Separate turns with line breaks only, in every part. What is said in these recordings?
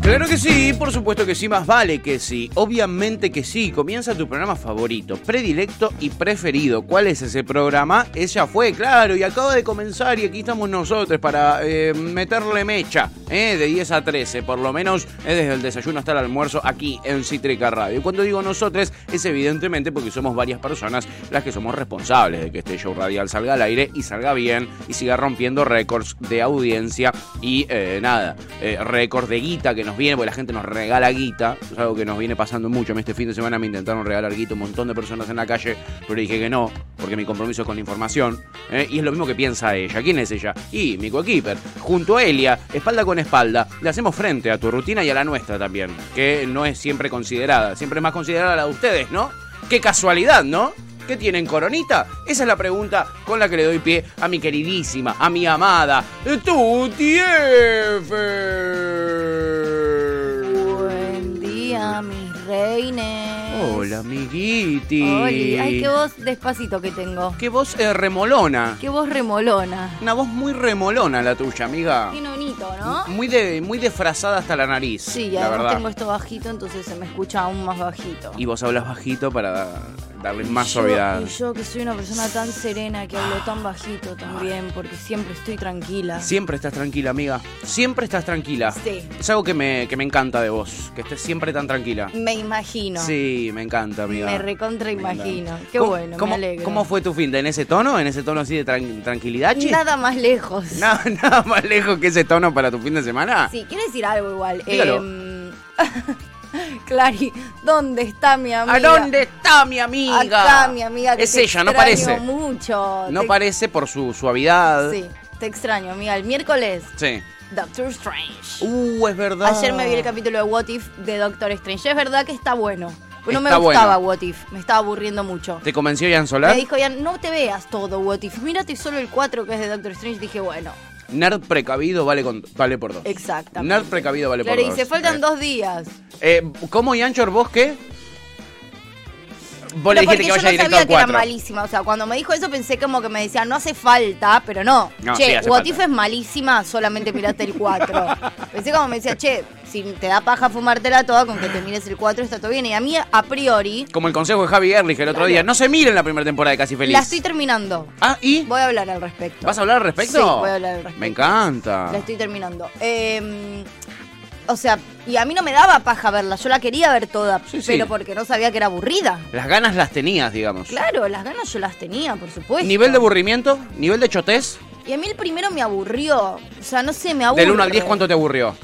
Claro que sí, por supuesto que sí, más vale que sí. Obviamente que sí. Comienza tu programa favorito, predilecto y preferido. ¿Cuál es ese programa? Ella fue, claro, y acaba de comenzar y aquí estamos nosotros para eh, meterle mecha, eh, de 10 a 13, por lo menos eh, desde el desayuno hasta el almuerzo aquí en Cítrica Radio. Y cuando digo nosotros, es evidentemente porque somos varias personas las que somos responsables de que este show radial salga al aire y salga bien y siga rompiendo récords de audiencia y eh, nada, eh, récord de guita que nos viene, porque la gente nos regala guita, es algo que nos viene pasando mucho. A mí Este fin de semana me intentaron regalar guita un montón de personas en la calle, pero dije que no, porque mi compromiso es con la información. ¿eh? Y es lo mismo que piensa ella. ¿Quién es ella? Y mi coequiper, junto a Elia, espalda con espalda, le hacemos frente a tu rutina y a la nuestra también, que no es siempre considerada, siempre es más considerada la de ustedes, ¿no? Qué casualidad, ¿no? ¿Qué tienen coronita? Esa es la pregunta con la que le doy pie a mi queridísima, a mi amada, Tuti F.
Buen día, mis reines.
Hola, amiguiti.
Oli. Ay, qué voz despacito que tengo.
Qué voz eh, remolona.
Qué voz remolona.
Una voz muy remolona la tuya, amiga.
Qué nonito, ¿no?
Muy, de, muy desfrazada hasta la nariz.
Sí, y
la
además
verdad.
tengo esto bajito, entonces se me escucha aún más bajito.
Y vos hablas bajito para darle más
Yo-
suavidad.
Y yo que soy una persona tan serena, que hablo tan bajito también, porque siempre estoy tranquila.
Siempre estás tranquila, amiga. Siempre estás tranquila.
Sí.
Es algo que me, que me encanta de vos, que estés siempre tan tranquila.
Me imagino.
Sí, me encanta, amiga.
Me recontra imagino. Qué
¿Cómo-
bueno,
cómo,
me alegro.
¿Cómo fue tu fin de en ese tono? ¿En ese tono así de tran- tranquilidad? che?
Nada más lejos.
Nada, nada más lejos que ese tono para tu fin de semana.
Sí, quiero decir algo igual.
Dígalo.
Em, Clary, ¿dónde está mi amiga?
¿A dónde está mi amiga?
Acá, mi amiga. Que
es
te
ella, no
extraño
parece.
mucho.
No
Te-
parece por su suavidad.
Sí, te extraño, amiga. El miércoles,
Sí.
Doctor Strange.
Uh, es verdad.
Ayer me vi el capítulo de What If de Doctor Strange. Es verdad que está bueno. No me
Está bueno.
gustaba What If, me estaba aburriendo mucho.
¿Te convenció Ian Solar?
Me dijo, ya no te veas todo What If, mírate solo el 4 que es de Doctor Strange. Dije, bueno,
Nerd precavido vale, con- vale por dos.
exactamente.
Nerd precavido vale
Claro,
por
y
dos.
se faltan
Eh,
dos días.
eh, ¿Cómo Ian Chor, vos qué? Vos
Pero
le dijiste
porque
que
yo no
vaya directo
sabía
al
que era
4.
malísima. O sea, cuando me dijo eso pensé como que me decía, no hace falta, pero no.
No, sí
che,
hace
What
falta.
If es malísima, solamente miraste el 4. pensé como me decía, che, si te da paja fumártela toda, con que te mires el 4 está todo bien. Y a mí, a priori,
Como el consejo de Javi Erlich el otro día. No se miren la primera temporada de Casi Feliz.
la estoy terminando.
Ah, ¿y?
Voy a hablar al respecto.
¿Vas a hablar al respecto?
Sí, voy a hablar al respecto.
Me encanta.
La estoy terminando. Eh, o sea, y a mí no me daba paja verla, yo la quería ver toda,
Sí, sí.
pero porque no sabía que era aburrida.
Las ganas las tenías, digamos.
Claro, las ganas yo las tenía, por supuesto.
Nivel de aburrimiento, nivel de chotez.
Y a mí el primero me aburrió. O sea, no sé, me aburrió.
Del 1 al 10, ¿cuánto te aburrió?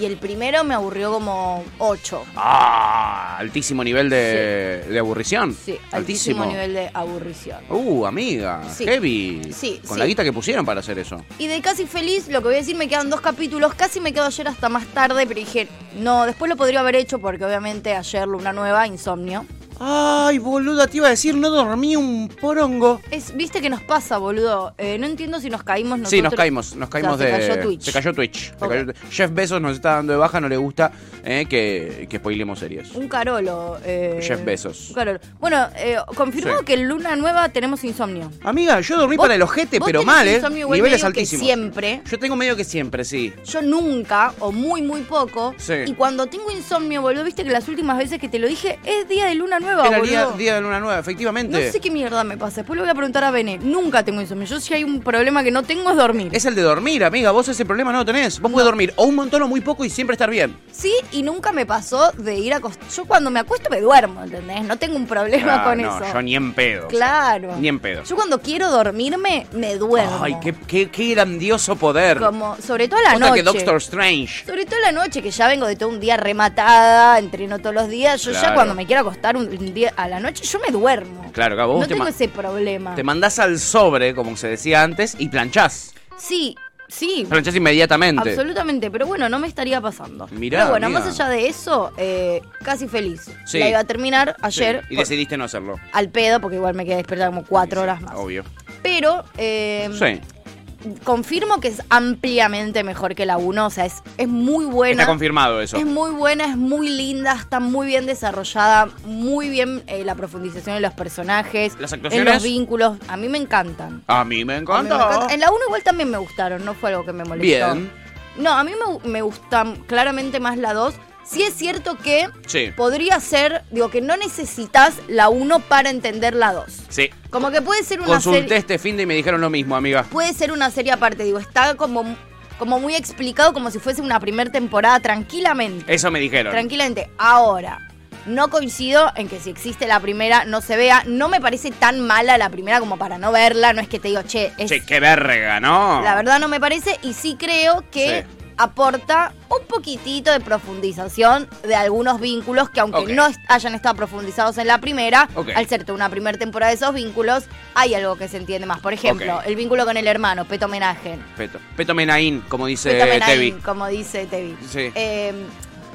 Y el primero me aburrió como 8.
Ah, altísimo nivel de, de aburrición.
Sí, altísimo, nivel de aburrición.
Uh, amiga,
Sí.
heavy.
Sí,
Con
sí.
la guita que pusieron para hacer eso.
Y de Casi Feliz, lo que voy a decir, me quedan dos capítulos. Casi me quedo ayer hasta más tarde, pero dije, no, después lo podría haber hecho porque obviamente ayer Luna Nueva, Insomnio.
Ay, boluda, te iba a decir, no dormí un porongo.
Es, Viste que nos pasa, boludo. Eh, no entiendo si nos caímos nosotros.
Sí, nos caímos, nos
O sea,
caímos de.
Se cayó Twitch.
Se cayó Twitch. se
Ok.
cayó- Jeff Bezos nos está dando de baja, no le gusta eh, que, que spoilemos series.
Un carolo. eh,
Jeff Bezos.
Un carolo. Bueno, eh, confirmó
Sí.
que en Luna Nueva tenemos insomnio.
Amiga, yo dormí
Vos-
para el ojete,
vos
pero
tenés
mal, ¿eh?
insomnio igual
Niveles
medio que
altísimos.
siempre.
Yo tengo medio que siempre, sí.
Yo nunca, o muy, muy poco.
Sí.
Y cuando tengo insomnio, boludo, viste que las últimas veces que te lo dije, es día de luna nueva,
Era el
boludo.
día, día de luna nueva, efectivamente.
No sé qué mierda me pasa. Después le voy a preguntar a Bene. Nunca tengo insomnio. Yo si hay un problema que no tengo es dormir.
Es el de dormir, amiga. Vos ese problema no lo tenés. Vos podés dormir o un montón o muy poco y siempre estar bien.
Sí, y nunca me pasó de ir a acostar. Yo cuando me acuesto me duermo, ¿entendés? No tengo un problema con
Ah, no,
eso.
yo ni en pedo.
Claro.
Ni en pedo.
Yo cuando quiero dormirme, me duermo.
Ay, qué, qué, qué grandioso poder.
Como, sobre todo a la
Cosa que
noche.
Doctor Strange.
Sobre todo la noche, que ya vengo de todo un día rematada, entreno todos los días. Yo
Claro.
ya cuando me quiero acostar un un día a la noche, yo me duermo.
Claro, acá vos
No
te
tengo
ma-
ese problema.
Te mandás al sobre, como se decía antes, y planchás.
Sí, sí,
Planchás inmediatamente.
absolutamente. Pero bueno, no me estaría pasando.
Mirá,
pero bueno,
amiga.
más allá de eso, eh, casi feliz.
Sí.
La iba a terminar
Sí,
ayer
Y
por-
decidiste no hacerlo.
al pedo, porque igual me quedé despierta como cuatro horas más.
Obvio.
Pero eh,
Sí.
confirmo que es ampliamente mejor que la 1, o sea, es, es muy buena.
Está confirmado eso.
Es muy buena, es muy linda, está muy bien desarrollada, muy bien eh, la profundización de los personajes,
¿Las
en
actuaciones?
los vínculos. A mí me encantan.
A mí me
A mí me
encanta.
encantan. En la 1 igual también me gustaron, no fue algo que me molestó.
Bien.
No, a mí me, gu- me gusta claramente más la 2. Sí es cierto que
Sí.
podría ser, digo, que no necesitas la 1 para entender la 2.
Sí.
Como que puede ser una
Consulté
serie.
este fin de y me dijeron lo mismo, amiga.
Puede ser una serie aparte, digo, está como, como muy explicado, como si fuese una primera temporada, tranquilamente.
Eso me dijeron.
Tranquilamente. Ahora, no coincido en que si existe la primera, no se vea. No me parece tan mala la primera como para no verla. No es que te digo, che, es.
Che, qué verga, ¿no?
La verdad no me parece y sí creo que
Sí.
aporta un poquitito de profundización de algunos vínculos que aunque
Ok.
no est- hayan estado profundizados en la primera,
Ok.
al serte una primera temporada de esos vínculos, hay algo que se entiende más. Por ejemplo,
Ok.
el vínculo con el hermano, Peto Homenaje.
Peto, Peto Menaín, como dice
Peto Menaín,
Tevi.
como dice Tevi.
Sí.
Eh,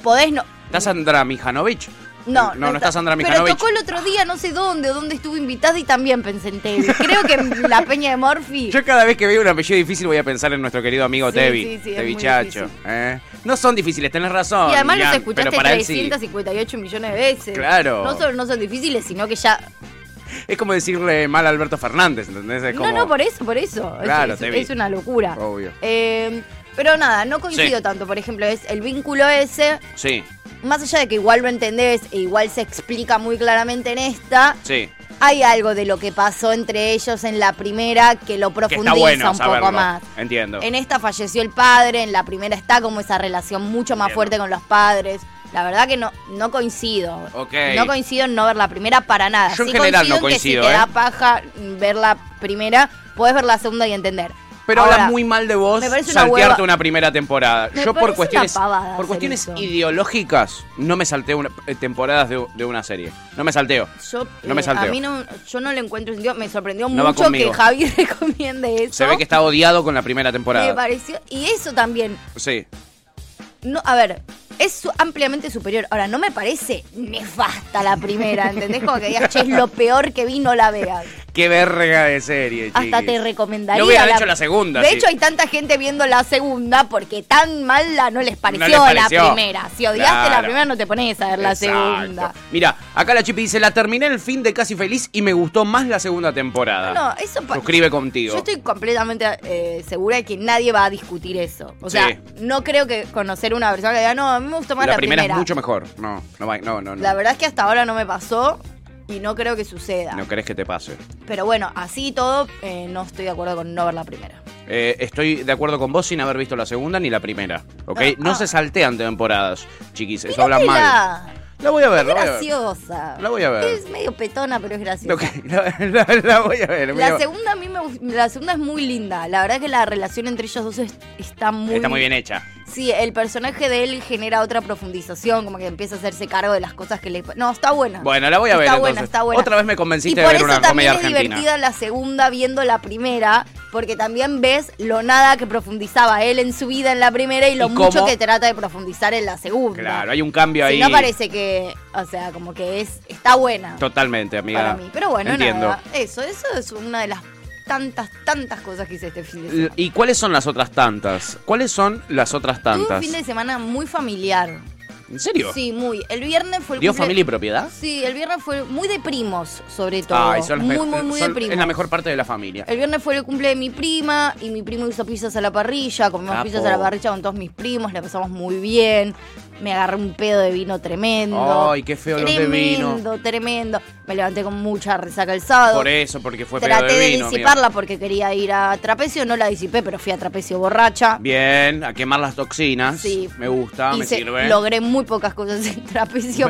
podés no...
¿Está Sandra Mijanovic?
No,
no, no, está Sandra
Pero
Mijanovic.
tocó el otro día, no sé dónde, dónde estuvo invitada y también pensé en Tevi. Creo que en la peña de Morphy.
Yo cada vez que veo un apellido difícil voy a pensar en nuestro querido amigo
Sí,
Tevi.
sí, sí, es
Tevi
muy
Chacho.
difícil.
¿eh? No son difíciles, tenés razón.
Y además los
Ian,
escuchaste
pero para él sí.
358 millones de veces.
Claro.
No solo no son difíciles, sino que ya.
Es como decirle mal a Alberto Fernández, ¿entendés? Es como...
No, no, por eso, por eso. Es-
Claro,
es,
te vi.
es una locura.
Obvio.
Eh, pero nada, no coincido
Sí.
tanto. Por ejemplo, es el vínculo ese,
Sí,
más allá de que igual lo entendés e igual se explica muy claramente en esta,
sí.
hay algo de lo que pasó entre ellos en la primera que lo
Que
profundiza
está bueno
un
saberlo.
poco más.
Entiendo.
En esta falleció el padre, en la primera está como esa relación mucho más
Entiendo.
fuerte con los padres. La verdad que no, no coincido.
Ok.
No coincido en no ver la primera para nada.
Yo en general no
en que
coincido,
si te
¿eh?
da paja ver la primera, podés ver la segunda y entender.
Pero
Ahora,
habla muy mal de vos
me parece una
saltearte
hueva-
una primera temporada.
Me
Yo
parece
por
una
cuestiones
pavada hacer
por cuestiones
eso.
ideológicas no me salteo una- eh, temporadas de, de una serie. No me salteo.
Yo,
No me
eh,
salteo.
a mí no, yo no le encuentro sentido. Me sorprendió
No va
mucho
conmigo.
que Javi recomiende eso.
Se ve que está odiado con la primera
me
temporada.
pareció. Y eso también.
Sí.
No, a ver, es su- ampliamente superior. Ahora, no me parece nefasta la primera, ¿entendés? Como que digas, che, es lo peor que vi, no la veas.
Qué verga de serie,
Hasta
chiquis.
te recomendaría.
No hubieran hecho la segunda.
De
sí.
hecho, hay tanta gente viendo la segunda porque tan mala no les pareció,
les pareció.
la primera. Si odiaste la
Claro.
primera, no te pones a ver la
Exacto.
segunda.
Mira, acá la Chipi dice, la terminé el fin de Casi Feliz y me gustó más la segunda temporada.
No, eso pa-
Suscribe contigo.
Yo estoy completamente eh, segura de que nadie va a discutir eso. O sea,
Sí.
no creo que conocer una persona que diga, no, a mí me gustó más
la,
la,
primera, es mucho mejor. No, no, va- no, no. no.
La verdad es que hasta ahora no me pasó y no creo que suceda.
No querés que te pase.
Pero bueno, así y todo, eh, no estoy de acuerdo con no ver la primera.
Eh, estoy de acuerdo con vos sin haber visto la segunda ni la primera. ¿Ok?
Ah,
no
ah.
se saltean temporadas, chiquis. Eso habla mal.
Mira,
La voy a ver, la voy a ver.
graciosa.
La voy a ver.
Es medio petona, pero es graciosa.
Ok, la, la- la voy a ver. voy a
La
ver.
segunda a mí me gust- la segunda es muy linda. La verdad que la relación entre ellos dos es- está muy
Está muy bien hecha.
Sí, el personaje de él genera otra profundización, como que empieza a hacerse cargo de las cosas que le No, está buena.
Bueno, la voy a ver
Está buena,
entonces.
está buena.
Otra vez me
Y
convenciste de
por
ver
eso
una comedia
también es
argentina.
divertida la segunda viendo la primera, porque también ves lo nada que profundizaba él en su vida en la primera y lo
Y
mucho
cómo-
que trata de profundizar en la segunda.
Claro, hay un cambio
Si
ahí.
no parece que, o sea, como que es está buena
Totalmente, amiga.
para mí. Pero bueno,
Entiendo.
nada, eso, eso es una de las tantas, tantas cosas que hice este fin de
L-
semana.
¿Y cuáles son las otras tantas? ¿Cuáles son las otras
Tuve un
tantas?
fin de semana muy familiar.
¿En serio?
Sí, muy. El viernes fue el
¿Dio
cumple-
familia y propiedad?
Sí, el viernes fue muy de primos, sobre todo.
son las
muy,
me-
muy, muy de
son-
primos.
Es la mejor parte de la familia.
El viernes fue el cumple de mi prima y mi primo hizo pizzas a la parrilla, comimos
Capo.
pizzas a la parrilla con todos mis primos, la pasamos muy bien. Me agarré un pedo de vino tremendo.
Ay, qué feo olor de vino.
Tremendo, tremendo. Me levanté con mucha resaca el sábado.
Por eso, porque fue pedo
Traté
de
de,
vino. amiga.
disiparla porque quería ir a trapecio, no la disipé, pero fui a trapecio borracha.
Bien, a quemar las toxinas.
Sí.
Me gusta, me
Hice-
sirve.
Logré muy pocas cosas en trapecio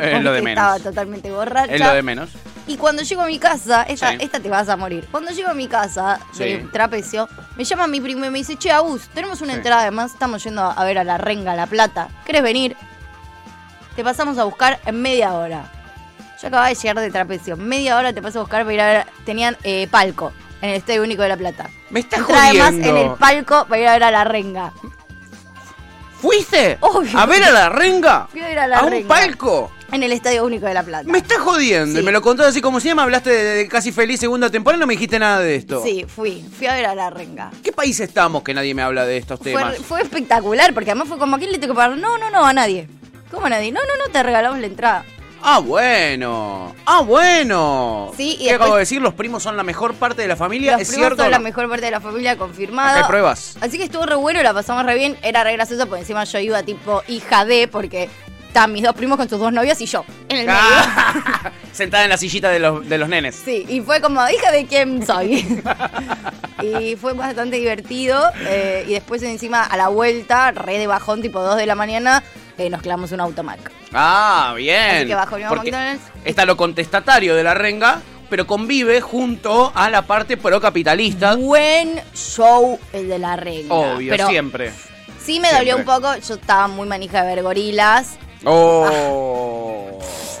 Es lo de
porque
menos.
estaba totalmente borracha.
Es lo de menos.
Y cuando llego a mi casa, esta,
Sí.
esta te vas a morir. Cuando llego a mi casa de
Sí.
trapecio, me llama mi primo y me dice, che, Agus, tenemos una
Sí.
entrada además, estamos yendo a a ver a la renga, a la plata. ¿Querés venir? Te pasamos a buscar en media hora. Yo acababa de llegar de trapecio. Media hora te paso a buscar para ir a ver. Tenían eh, palco en el Estadio Único de La Plata.
Me estás
Entrada además en
jodiendo.
el palco para ir a ver a la renga.
¿Fuiste?
Obvio.
¿A ver a la renga?
Fui a ver a la
un
renga.
palco?
en el Estadio Único de La Plata.
Me estás jodiendo.
Sí.
Me lo contó así como si me hablaste de, de casi feliz segunda temporada y no me dijiste nada de esto.
Sí, fui, fui a ver a la renga.
¿Qué país estamos que nadie me habla de estos
Fue,
temas?
fue espectacular, porque además fue como, ¿a quién le tengo que pagar? No, no, no, a nadie. ¿Cómo a nadie? No, no, no, te regalamos la entrada.
Ah, bueno. Ah, bueno.
Sí, y
¿Qué
después-
acabo de decir? Los primos son la mejor parte de la familia.
Los
¿Es
primos
cierto?
son
o
la
no?
mejor parte de la familia, confirmado.
Acá hay pruebas.
Así que estuvo re bueno, la pasamos re bien. Era re gracioso, porque encima yo iba tipo hija de, porque estaban mis dos primos con sus dos novias y yo en el medio.
Ah, sentada en la sillita de los, de los nenes.
Sí, y fue como, hija de quién soy. y fue bastante divertido. eh, y después encima a la vuelta, re de bajón, tipo 2 de la mañana, eh, nos clavamos un automac.
Ah, bien.
Así que bajó mi mamá
Porque
McDonald's.
Está lo contestatario de la renga, pero convive junto a la parte procapitalista.
Buen show el de la regla.
Obvio,
pero
siempre.
Sí me dolió un
Siempre.
poco, yo estaba muy manija de ver gorilas.
Oh.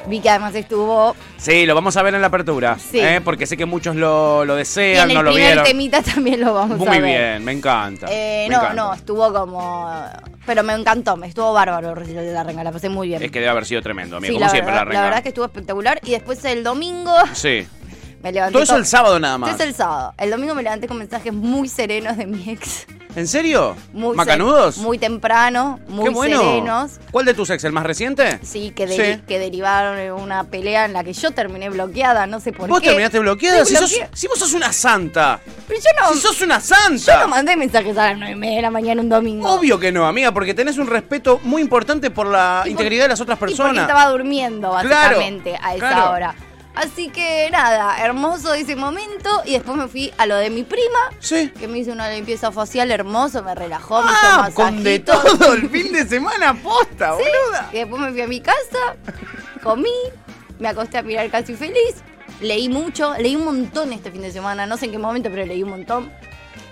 Vi que además estuvo.
Sí, lo vamos a ver en la apertura.
Sí.
¿eh? Porque sé que muchos lo, lo
Y
desean,
en el
Eh, no lo
primer
vieron.
temita también lo vamos a
Muy
ver.
bien, me encanta.
Eh,
me
no,
encanta.
no, estuvo como. Pero me encantó, me estuvo bárbaro el recital de la renga, la pasé muy bien.
Es que debe haber sido tremendo, amigo.
Sí,
como
la
siempre,
verdad,
la renga.
verdad que estuvo espectacular. Y después el domingo
Sí.
me levanté.
Todo eso
con-
el sábado nada
Todo
más.
eso el sábado. El domingo me levanté con mensajes muy serenos de mi ex.
¿En serio?
Muy
¿Macanudos?
ser- Muy temprano, muy
Qué bueno.
serenos.
¿Cuál de tus ex, el más reciente?
Sí, que,
Sí.
deri- que derivaron en una pelea en la que yo terminé bloqueada, no sé por
¿Vos
qué.
terminaste bloqueada?
Sí,
Si, sos-
bloqueé.
si vos sos una santa.
Pero yo no,
Si sos una santa.
yo no mandé mensajes a las 9 de la mañana un domingo.
Obvio que no, amiga, porque tenés un respeto muy importante por la
Y por-
integridad de las otras
Y porque
personas.
estaba durmiendo,
Claro,
básicamente, a esa
claro.
hora. Así que nada, hermoso ese momento. Y después me fui a lo de mi prima,
Sí.
que me hizo una limpieza facial hermoso, me relajó, me hizo
Ah, con de
masajitos.
todo el fin de semana posta, boluda.
Y después me fui a mi casa, comí, me acosté a mirar Casi Feliz, leí mucho, leí un montón este fin de semana, no sé en qué momento, pero leí un montón.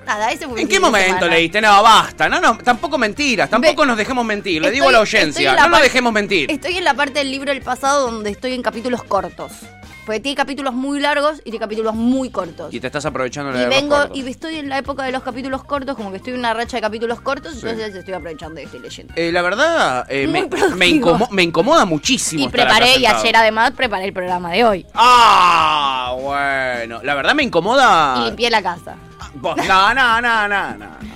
Nada, ese fue mi
¿En qué
fin de
momento
semana.
leíste? No, basta. No, no, tampoco mentiras. Tampoco
Ve-
nos dejemos mentir. Le
Estoy-
digo a la
estoy
audiencia.
en la
no nos
par-
dejemos mentir.
Estoy en la parte del libro del pasado donde estoy en capítulos cortos. Porque tiene capítulos muy largos y tiene capítulos muy cortos.
Y te estás aprovechando de
Y
los
vengo
cortos.
y estoy en la época de los capítulos cortos, como que estoy en una racha de capítulos cortos, entonces estoy aprovechando y estoy leyendo.
Eh, la verdad, eh,
Muy
me,
productivo.
me incomo- me incomoda muchísimo.
Y
estar acá
preparé, y
sentado.
ayer además preparé el programa de hoy.
Ah, bueno. La verdad me
Y
incomoda.
limpié la casa.
Vos- No, no, no, no, no. no.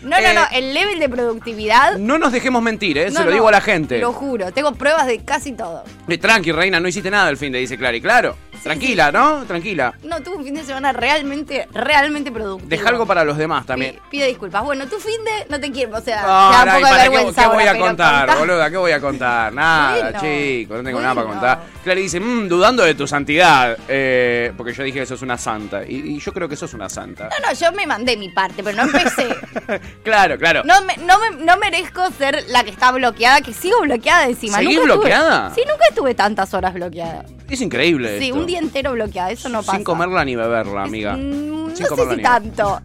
No,
Eh,
no, no, el level de productividad.
No nos dejemos mentir, ¿eh?
no,
se lo
no,
digo a la gente.
Lo juro, tengo pruebas de casi todo.
Eh, Tranqui, reina, no hiciste nada el fin de dice Clary. Claro, tranquila, ¿no? Tranquila.
No, tuve un fin de semana realmente, realmente productivo.
Deja algo para los demás también.
Pi- Pido disculpas. Bueno, tu fin de no te quiero, o sea,
Ah,
te da
nah,
un
¿y
poco de
para qué-
vergüenza.
¿Qué, voy
ahora,
a
pero
contar,
contá.
boluda? ¿Qué voy a contar? Nada,
Bueno,
chico, no tengo nada para
bueno.
contar. Clary dice, "Mm, dudando de tu santidad. eh, porque yo dije que sos una santa. Y, y yo creo que sos una santa.
No, no, yo me mandé mi parte, pero no empecé.
claro, claro.
No, me- no, me- no merezco ser la que está bloqueada, que sigo bloqueada encima.
¿Seguís
Nunca estuve-
bloqueada?
sí, nunca estuve tantas horas bloqueada.
Es increíble.
Sí,
esto.
un día entero bloqueada, eso no pasa.
Sin comerla ni beberla, amiga.
Mm, No
Sin comerla
sé si
ni beberla.
tanto,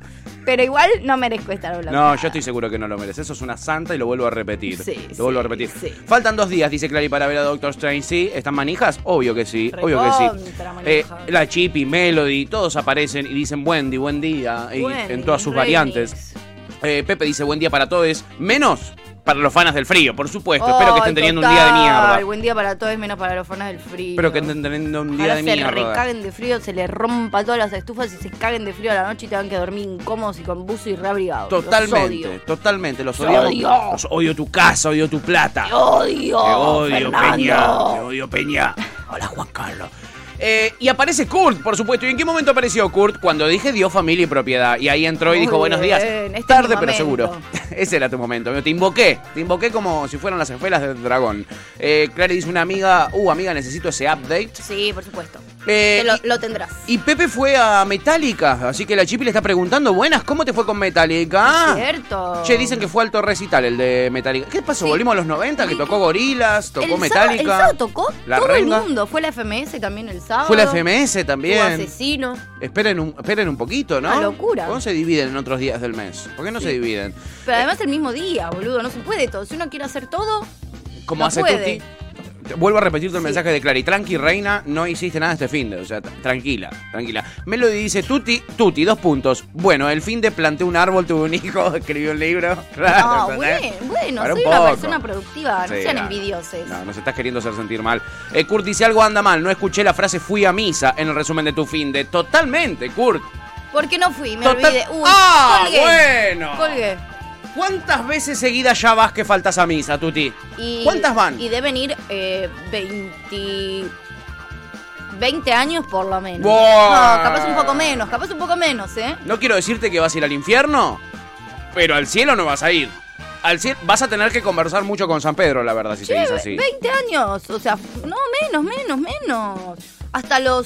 pero igual no merezco estar bloqueada.
No, yo estoy seguro que no lo mereces. Eso es una santa y lo vuelvo a repetir.
Sí, sí,
lo vuelvo a repetir.
sí.
Faltan dos días, dice Clary, para ver a Doctor Strange. ¿Sí? ¿Están manijas? Obvio que sí. Obvio que sí.
Recontra
Eh,
manijas.
la Chippy, Melody, todos aparecen y dicen buen día, buen día. y en todas sus variantes. Eh, Pepe dice buen día para todos, menos para los fanas del frío, por supuesto. Espero que estén teniendo un día de mierda.
Oh, Buen día para todos, menos para los fanas del frío.
Espero que estén teniendo un día
Ahora
de
se
mierda.
recaguen de frío, se les rompa todas las estufas y se caguen de frío a la noche y tengan que dormir incómodos y con buzo y reabrigados. Los
Totalmente,
odio.
totalmente. Los
Los
odiamos.
odio.
Los odio tu casa, odio tu plata.
Te odio.
Te odio,
Fernando.
Peña. Te odio, Peña. Hola, Juan Carlos. Eh, y aparece Kurt, por supuesto. ¿Y en qué momento apareció Kurt? Cuando dije dio familia y propiedad. Y ahí entró y
Muy
dijo buenos
bien,
días.
este es mi
Tarde, pero
momento.
seguro. Ese era tu momento. Te invoqué. Te invoqué como si fueran las esferas del dragón. Eh, Clary dice una amiga, uh, amiga, necesito ese update.
Sí, por supuesto.
Eh,
Te lo,
y-
lo tendrás.
y Pepe fue a Metallica, así que la Chipi le está preguntando, buenas, ¿cómo te fue con Metallica?
Cierto.
Ah. Che, dicen que fue alto recital el de Metallica. ¿Qué pasó?
Sí.
¿Volvimos a los 90? Que
Sí.
tocó Gorilas,
El
tocó
sábado-
Metallica.
El sábado tocó
La
todo
Renga.
el mundo. Fue la FMS también el sábado.
Fue la FMS
Hubo
también.
asesino.
Esperen un, esperen un poquito, ¿no?
Una locura.
¿Cómo se dividen en otros días del mes? ¿Por qué no se dividen?
Pero además el mismo día, boludo. No se puede todo. Si uno quiere hacer todo,
Como
No
hace
puede.
Tuti. te- vuelvo a repetirte el mensaje de Clary. Tranqui, reina, no hiciste nada este fin de. O sea, tra- tranquila, tranquila. Melody dice, Tuti, Tuti, dos puntos. Bueno, el fin de planté un árbol, tuve un hijo, escribió un libro. Claro,
Ah,
¿entendés?
bueno, bueno,
Para un
soy una
poco.
persona productiva, no
Sí,
sean
ah,
envidiosos.
No, nos estás queriendo hacer sentir mal. Eh, Kurt dice algo anda mal. No escuché la frase fui a misa en el resumen de tu fin de. Totalmente, Kurt.
Porque no fui, me
Total-
olvidé. Uy,
¡Ah,
colgué.
bueno!
Colgué.
¿Cuántas veces seguidas ya vas que faltas a misa, Tuti?
Y-
¿Cuántas van?
Y deben ir eh, 20. 20 años por lo menos.
Buah.
No, capaz un poco menos, capaz un poco menos, ¿eh?
No quiero decirte que vas a ir al infierno, pero al cielo no vas a ir. Al cielo vas a tener que conversar mucho con San Pedro, la verdad, si seguís
Ve-
así.
20 años, o sea, no, menos, menos, menos. Hasta los.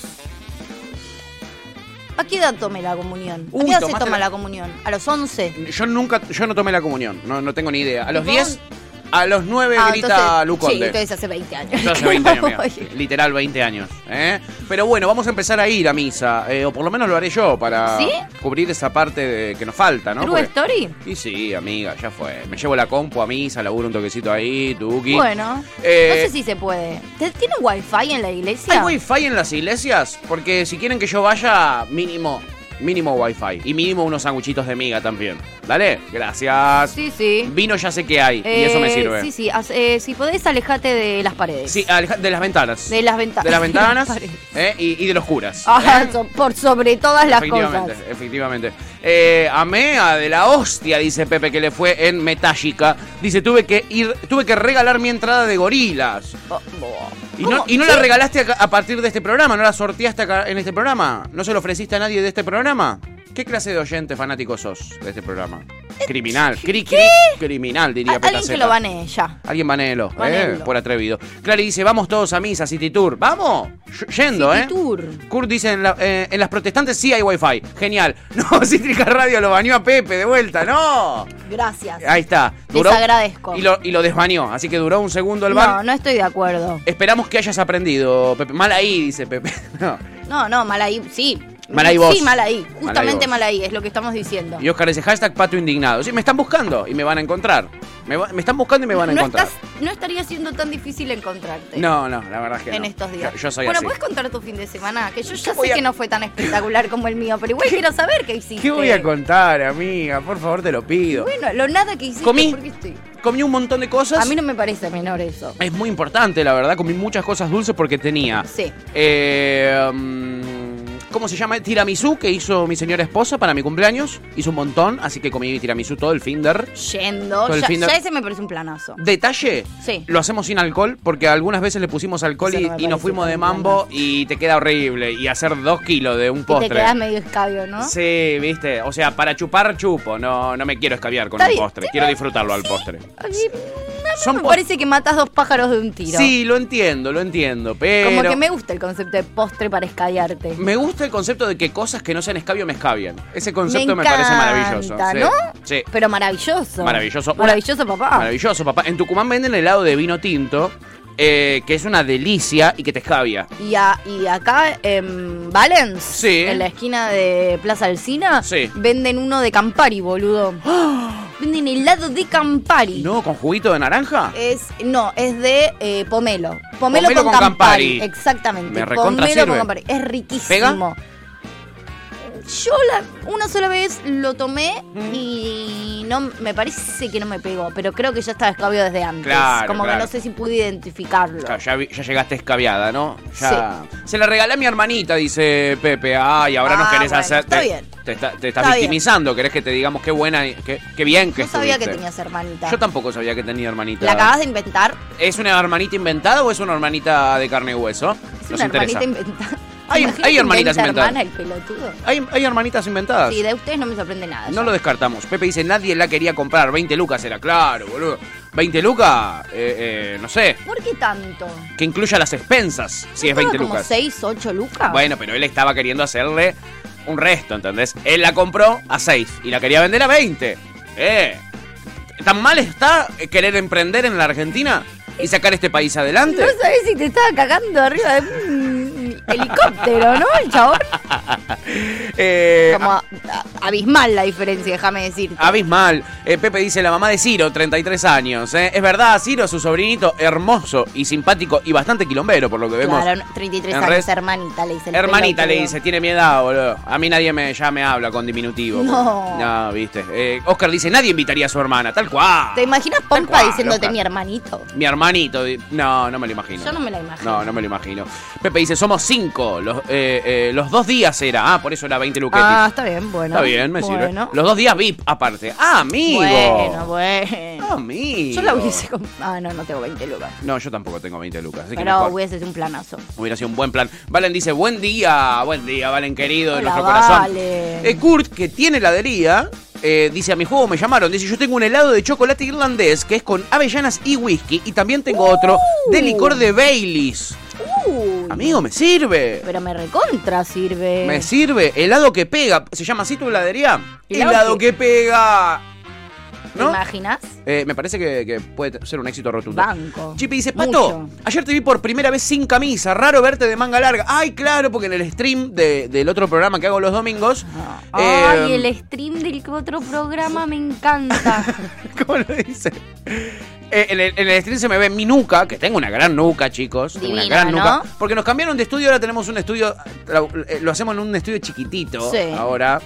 ¿A qué edad tomé la comunión? ¿A
Uy,
qué edad se
tomaste
toma
la-
la comunión? ¿A los 11?
Yo nunca, yo no tomé la comunión, no, no tengo ni idea. A los
¿Vos?
10, a los 9
Ah,
grita
entonces-
Lu
Sí,
Conde.
entonces hace 20 años.
Yo hace 20 años, mira,
Voy.
literal 20 años. ¿eh? Pero bueno, vamos a empezar a ir a misa, eh, o por lo menos lo haré yo para
¿Sí?
cubrir esa parte de- que nos falta, ¿no?
¿True
Porque-
Story?
Y sí, amiga, ya fue. Me llevo la compu a misa, laburo un toquecito ahí, tuki.
Bueno,
Eh,
no sé si se puede. ¿Te- ¿Tienen wifi en la iglesia?
¿Hay wifi en las iglesias? Porque si quieren que yo vaya, mínimo, mínimo wifi. Y mínimo unos sanguchitos de miga también. Dale, gracias.
Sí, sí.
Vino ya sé que hay, y eso me
Eh,
sirve.
Sí, sí. as- eh, si podés, alejate de las paredes.
Sí, aleja- de las ventanas.
De las ventanas.
De las ventanas
paredes.
eh, y, y de los curas.
Ajá,
¿eh?
Ah, so- por sobre todas las
efectivamente,
cosas.
efectivamente. Eh, amé a de la hostia, dice Pepe, que le fue en Metallica. Dice, tuve que ir, tuve que regalar mi entrada de gorilas. Y no,
Oh, ¿Cómo?
y no la
¿Qué?
regalaste a, a partir de este programa, no la sorteaste acá en este programa, no se lo ofreciste a nadie de este programa. ¿Qué clase de oyente fanático sos de este programa? Criminal, cri, cri- criminal,
Eh, A-
diría
Alguien que
Petaceta.
lo banee ya.
Alguien banéelo, ¿eh?
Banéelo.
por atrevido. Clary dice, vamos todos a misa, City Tour. Vamos, Y- yendo,
City
¿eh?
Tour.
Kurt dice, en, la- eh, en las protestantes sí hay wifi. Genial. No, Cítrica Radio lo baneó a Pepe de vuelta, no.
Gracias.
Ahí está.
Les agradezco.
Y lo, y lo desbaneó, así que duró un segundo el ban.
No, no estoy de acuerdo.
Esperamos que hayas aprendido, Pepe. Mal ahí, dice Pepe. No.
No, no, mal ahí, sí.
Mal ahí vos.
Sí, mal ahí.
Mal ahí
Justamente
vos.
mal ahí, es lo que estamos diciendo.
Y Oscar dice, hashtag pato indignado. Sí, me están buscando y me van a encontrar. Me, va- me están buscando y me van a
no,
encontrar.
estás, no estaría siendo tan difícil encontrarte.
No, no, la verdad es que
en
no.
estos días.
Yo, yo soy
bueno,
así.
puedes contar tu fin de semana, que yo ya
voy
sé
a-
que no fue tan espectacular como el mío, pero igual quiero saber qué hiciste.
¿Qué voy a contar, amiga? Por favor, te lo pido.
Bueno, lo nada que hiciste.
Comí.
porque estoy-
Comí un montón de cosas.
A mí no me parece menor eso.
Es muy importante, la verdad. Comí muchas cosas dulces porque tenía...
Sí.
eh, mm, ¿Cómo se llama? Tiramisú que hizo mi señora esposa para mi cumpleaños. Hizo un montón, así que comí tiramisú todo el finder.
Yendo.
Todo el
Ya,
fin de-
ya ese me parece un planazo.
Detalle,
Sí.
lo hacemos sin alcohol porque algunas veces le pusimos alcohol
Eso
y,
no me
y nos
parece
fuimos de
tan
mambo
bueno.
y te queda horrible. Y hacer dos kilos de un postre.
Y te quedas medio escabio, ¿no?
Sí, viste. O sea, para chupar, chupo. No, no me quiero escabiar con
Está
un
bien.
postre.
Sí,
Quiero
no,
disfrutarlo al postre.
A mí, a mí
Son
me
pos-
parece que matas dos pájaros de un tiro.
Sí, lo entiendo, lo entiendo. Pero.
Como que me gusta el concepto de postre para escabiarte.
me gusta el concepto de que cosas que no sean escabio me escabian. Ese concepto me,
Me
parece maravilloso.
encanta,
Sí,
¿no? Ah.
Sí.
Pero maravilloso.
Maravilloso. Una-
Maravilloso, papá.
Maravilloso, papá. En Tucumán venden helado de vino tinto, eh, que es una delicia y que te escabia.
Y, a- y acá en Valens,
Sí.
en la esquina de Plaza Alcina,
Sí.
venden uno de Campari, boludo. Venden helado de Campari.
¿No? ¿Con juguito de naranja?
Es, no, es de eh, pomelo. Pomelo,
Pomelo
con,
con Campari.
Campari. Exactamente.
Me recontra
pomelo
sirve.
con Campari. Es riquísimo.
¿Pega?
Yo la- una sola vez lo tomé y no me parece que no me pegó, pero creo que ya estaba escabio desde antes.
Claro,
Como
claro.
que no sé si pude identificarlo.
Claro, ya, vi- ya llegaste escabiada, ¿no? Ya. Se la regalé a mi hermanita, dice Pepe. Ay, ahora nos
Ah,
querés
bueno,
hacer.
está
te,
bien.
Te, está- te estás
Está bien.
victimizando, querés que te digamos qué buena, y- qué, qué bien que
No sabía que
estuviste.
tenías hermanita.
Yo tampoco sabía que tenía hermanita.
¿La acabas de inventar?
¿Es una hermanita inventada o es una hermanita de carne y hueso?
Es
Nos
una
interesa.
hermanita inventada.
Hay-
¿Te imaginas
hay
que
hermanitas
inventa
inventadas.
hermana el pelotudo?
¿Hay, hay hermanitas inventadas.
Sí, de ustedes no me sorprende nada.
no
ya.
lo descartamos. Pepe dice, nadie la quería comprar. 20 lucas era, claro, boludo. 20 lucas, eh, eh, no sé,
¿Por qué tanto?
que incluya las expensas, si es
¿Estaba
20
como
lucas.
6, 8 lucas?
Bueno, pero él estaba queriendo hacerle un resto, ¿entendés? Él la compró a 6 y la quería vender a 20. ¡Eh! ¿Tan mal está querer emprender en la Argentina y sacar este país adelante?
No sabés si te estaba cagando arriba de un helicóptero, ¿no? El chabón.
Eh,
Como a- a- abismal la diferencia, déjame decirte.
Abismal. Eh, Pepe dice la mamá de Ciro, 33 años. ¿eh? Es verdad, Ciro, su sobrinito, hermoso y simpático y bastante quilombero, por lo que vemos.
Claro, no, 33
en
años,
red.
hermanita le dice.
Hermanita le dice, tiene mi edad, boludo. A mí nadie me, ya me habla con diminutivo.
No.
No, viste. Eh, Oscar dice, nadie invitaría a su hermana, tal cual.
¿Te imaginas Pompa
cual,
diciéndote
loca.
mi hermanito?
Mi hermanito. di- No, no me lo imagino.
Yo no me la imagino.
No, no me lo imagino. Pepe dice, somos cinco. Los, eh, eh, los dos días era. Ah, por eso era 20 luquetis.
Ah, está bien, bueno.
Está bien, me sirve.
Bueno.
Los dos días VIP aparte. Ah, amigo.
Bueno, bueno.
Ah, Amigo.
Yo la hubiese comp- Ah, no, no tengo 20 lucas.
No, yo tampoco tengo 20 lucas. Así que
Pero
mejor.
hubiese sido un planazo.
Hubiera sido un buen plan. Valen dice, buen día, buen día, Valen querido de
Hola,
nuestro corazón.
Valen.
Eh, Kurt, que tiene heladería, eh, dice, a mi juego me llamaron. Dice, yo tengo un helado de chocolate irlandés que es con avellanas y whisky. Y también tengo otro de licor de Baileys.
Uh. Uy,
Amigo, me sirve.
pero me recontra sirve.
Me sirve. Helado que pega. ¿Se llama así tu heladería?
Helado
Helado,
que-
que... pega.
¿Te
¿No?
imaginas?
Eh, me parece que, que puede ser un éxito rotundo.
Banco.
Chipi dice, Pato,
Mucho.
ayer te vi por primera vez sin camisa, raro verte de manga larga. Ay, claro, porque en el stream de- del otro programa que hago los domingos...
Ay,
eh,
el stream del otro programa me encanta.
¿Cómo lo dice? Eh, en, el, en el stream se me ve mi nuca, que tengo una gran nuca, chicos. tengo una
Divina,
gran
¿no?
nuca. Porque nos cambiaron de estudio, ahora tenemos un estudio, tra- eh, lo hacemos en un estudio chiquitito
Sí.
ahora.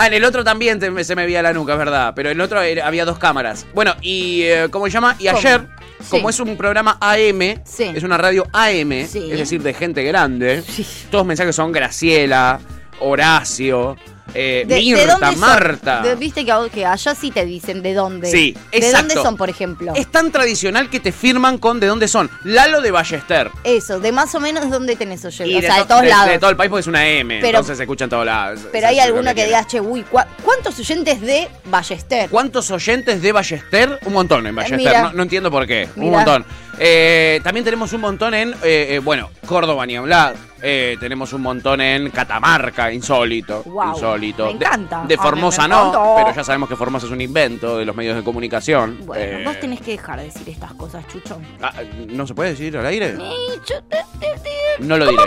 Ah, en el otro también te- se me veía la nuca, es verdad. Pero en el otro era- había dos cámaras. Bueno, y eh, ¿cómo se llama? Y
¿Cómo?
ayer,
Sí.
como es un programa AM,
Sí.
es una radio AM,
Sí.
es decir, de gente grande,
Sí.
todos los mensajes son Graciela, Horacio, eh,
¿De, de
Mirta,
dónde son?
Marta.
De- Viste que, a- que allá sí te dicen de dónde.
Sí,
¿De
exacto.
dónde son, por ejemplo?
Es tan tradicional que te firman con de dónde son. Lalo de Ballester.
Eso, de más o menos dónde tenés oyentes. O
de
sea, de
to-
todos lados.
de todo el país porque es una M.
Pero-
entonces se escucha en todos lados.
Pero hay alguno que digas, che, uy, ¿cuá- ¿cuántos oyentes de Ballester?
¿Cuántos oyentes de Ballester? Un montón en Ballester.
Eh, mira.
No, no entiendo por qué. Un
Mira.
montón. Eh, también tenemos un montón en, eh, eh, bueno, Córdoba ni hablar. Eh, tenemos un montón en Catamarca, insólito.
Guau,
insólito.
me
De-
encanta.
De,
Ah, me-
Formosa
me
no,
encantó.
pero ya sabemos que Formosa es un invento de los medios de comunicación.
Bueno,
Eh,
vos tenés que dejar de decir estas cosas, Chucho.
ah, ¿No se puede decir al aire?
Eh, yo- eh, eh, eh.
No lo diré.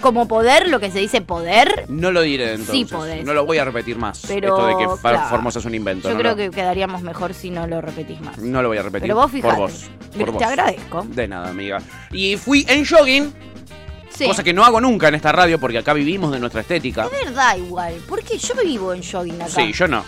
Como poder, lo que se dice poder,
No lo diré entonces.
Sí podés.
No lo voy a repetir más.
Pero,
Esto de que Far-
claro.
Formosa es un invento.
yo
no
creo
lo,
que quedaríamos mejor si no lo repetís más.
No lo voy a repetir.
Pero vos fijate.
Por vos.
Pero
Por vos.
te agradezco.
De nada, amiga. Y fui en jogging,
Sí.
cosa que no hago nunca en esta radio porque acá vivimos de nuestra estética.
Es verdad igual, porque yo vivo en jogging acá.
Sí, yo no.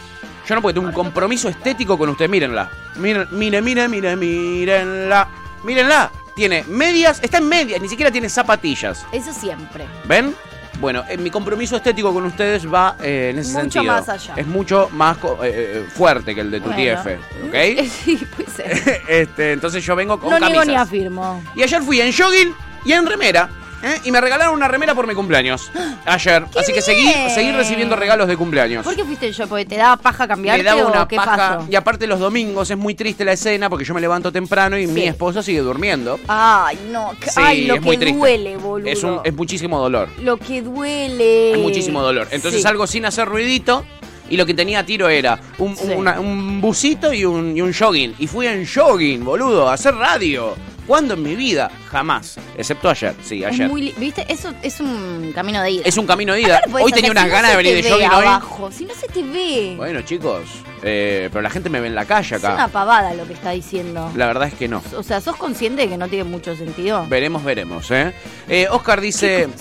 Yo no porque tengo un compromiso estético con usted. Mírenla. Miren, miren, miren, miren, mírenla. Mírenla. Tiene medias, está en medias, ni siquiera tiene zapatillas.
Eso siempre.
¿Ven? Bueno, eh, mi compromiso estético con ustedes va eh, en ese
Mucho
sentido.
más allá.
Es mucho más co- eh, eh, fuerte que el de tu
Bueno.
TF, ¿ok?
Sí, puede ser.
este, entonces yo vengo con
No niego
camisas.
ni afirmo.
y ayer fui en jogging y en remera. ¿eh? Y me regalaron una remera por mi cumpleaños. Ayer. Así que seguí,
bien!
seguí recibiendo regalos de cumpleaños.
¿Por qué fuiste yo? ¿Porque te daba paja cambiarte
me daba
o
una
qué
paja.
pasó?
Y aparte los domingos es muy triste la escena porque yo me levanto temprano y mi
Sí.
esposa sigue durmiendo.
Ay, no. que-
Sí,
Ay, lo
es
que
muy triste.
duele, boludo.
Es, un- es muchísimo dolor.
Lo que duele.
Hay muchísimo dolor. Entonces
Sí.
algo sin hacer ruidito. Y lo que tenía a tiro era un,
Sí.
una- un busito y un, y un jogging. Y fui en jogging, boludo, a hacer radio. ¿Cuándo en mi vida? Jamás. Excepto ayer. Sí,
Es
ayer. Es,
muy li- ¿Viste? Eso es un camino de ida.
un camino de ida.
Aparte podés
Hoy tenía
hacer,
unas
si no
ganas
se
de venir
te
de
ve
jogging hoy.
abajo, Si no se te ve.
Bueno, chicos, eh, pero la gente me ve en la calle
es una
acá.
pavada lo que está diciendo.
La verdad es que no.
O sea, ¿sos consciente de que no tiene mucho sentido?
Veremos, veremos, ¿eh? Eh, Oscar dice...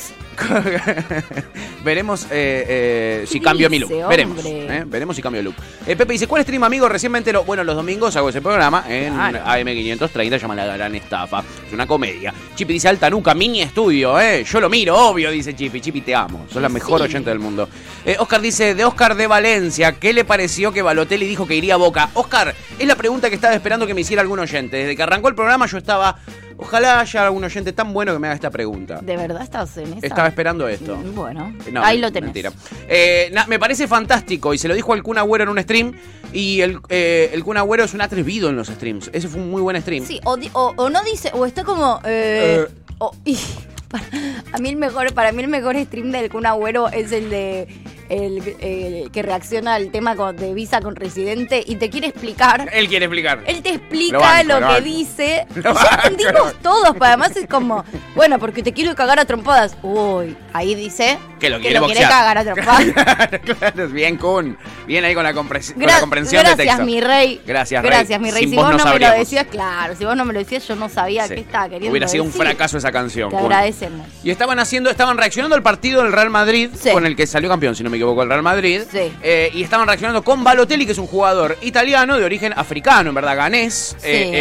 veremos eh, eh, si
¿Qué
cambio mi look.
dice,
Veremos.
hombre?
¿eh? Veremos si cambio el look. Eh, Pepe dice, ¿cuál stream, amigo? Recién me entero. Bueno, los domingos hago ese programa en
Claro.
AM530, llama La Gran Estafa. Es una comedia. Chipi dice, alta nuca, mini estudio, ¿eh? Yo lo miro, obvio, dice Chipi. Chipi, te amo. Sos la mejor
Sí.
oyente del mundo. Eh, Oscar dice, de Oscar de Valencia, ¿qué le pareció que Balotelli dijo que iría a Boca? Oscar, es la pregunta que estaba esperando que me hiciera algún oyente. Desde que arrancó el programa yo estaba... Ojalá haya algún oyente tan bueno que me haga esta pregunta.
¿De verdad estás en esa?
Estaba esperando esto.
Mm, Bueno,
No,
ahí lo tenés.
mentira. Eh, na- me parece fantástico y se lo dijo el Kun Agüero en un stream y el, eh, el Kun Agüero es un atrevido en los streams. Ese fue un muy buen stream.
Sí, o, di- o- o no dice, o está como. eh,
Eh.
o- y- para, a mí el mejor, para mí el mejor stream del Kun Agüero es el de el, el que reacciona al tema con- de visa con residente y te quiere explicar.
Él quiere explicar.
Él te explica
Lo banco,
lo,
lo
que
banco.
dice.
Lo
y ya
banco, lo
entendimos
banco.
todos, pero además es como, bueno, porque te quiero cagar a trompadas. Uy, ahí dice
Que lo quiere boxear.
cagar a trompadas.
claro, bien, Kun. Bien ahí con la, compres- con
Gra-
la comprensión
gracias,
de texto.
mi rey.
Gracias, rey.
Gracias, mi rey.
Sin
si
vos
vos
no
no, me lo
sabríamos.
decías, claro, si vos no me lo decías, yo no sabía
Sí.
qué estaba queriendo
Hubiera sido un
decir.
fracaso esa canción.
Te
Kun.
agradecemos.
Y estaban haciendo, estaban reaccionando al partido del Real Madrid,
Sí.
con el que salió campeón, si no me equivoco, el Real Madrid.
Sí.
Eh, y estaban reaccionando con Balotelli, que es un jugador italiano de origen africano, en verdad, ganés,
Sí.
eh,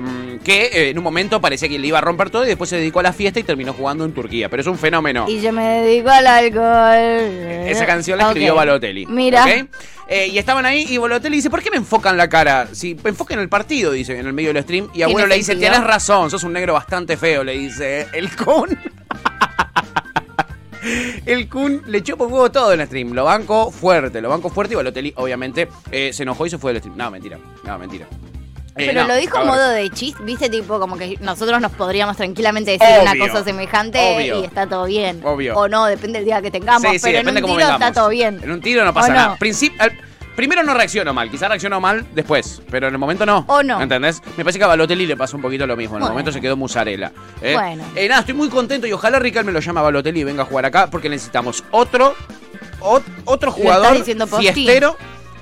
eh, que eh, en un momento parecía que le iba a romper todo y después se dedicó a la fiesta y terminó jugando en Turquía. Pero es un fenómeno.
Y yo me dedico al alcohol.
Esa canción la escribió
Eh, Ok.
Balotelli.
Mira.
¿ok? Eh, y estaban ahí y Balotelli dice, ¿por qué me enfocan la cara? Si enfoquen el partido, dice, en el medio del stream. Y abuelo le dice,
sentido.
tienes razón, sos un negro bastante feo, le dice ¿eh? el Kun. El Kun le echó por huevo todo en el stream. Lo banco fuerte, lo banco fuerte y Balotelli obviamente eh, se enojó y se fue del stream. No, mentira, no, mentira. Eh,
Pero
no,
lo dijo a
cabrón.
modo de chiste, viste, tipo como que nosotros nos podríamos tranquilamente decir una
Obvio.
cosa semejante
Obvio.
y está todo bien.
Obvio.
O no, depende del día que tengamos,
Sí, sí,
pero en un
depende cómo
tiro
vengamos.
está todo bien.
En un tiro no
¿O
pasa
no?
nada. Princip- al- primero no reacciono mal, quizás reacciono mal después, pero en el momento no.
¿O no?
¿Entendés? Me parece que a Balotelli le pasó un poquito lo mismo. En
Bueno.
el momento se quedó musarela. ¿eh?
Bueno.
Eh, nada, estoy muy contento y ojalá Rical me lo llame a Balotelli y venga a jugar acá porque necesitamos otro, ot- otro
estás
jugador
diciendo Postín.
fiestero.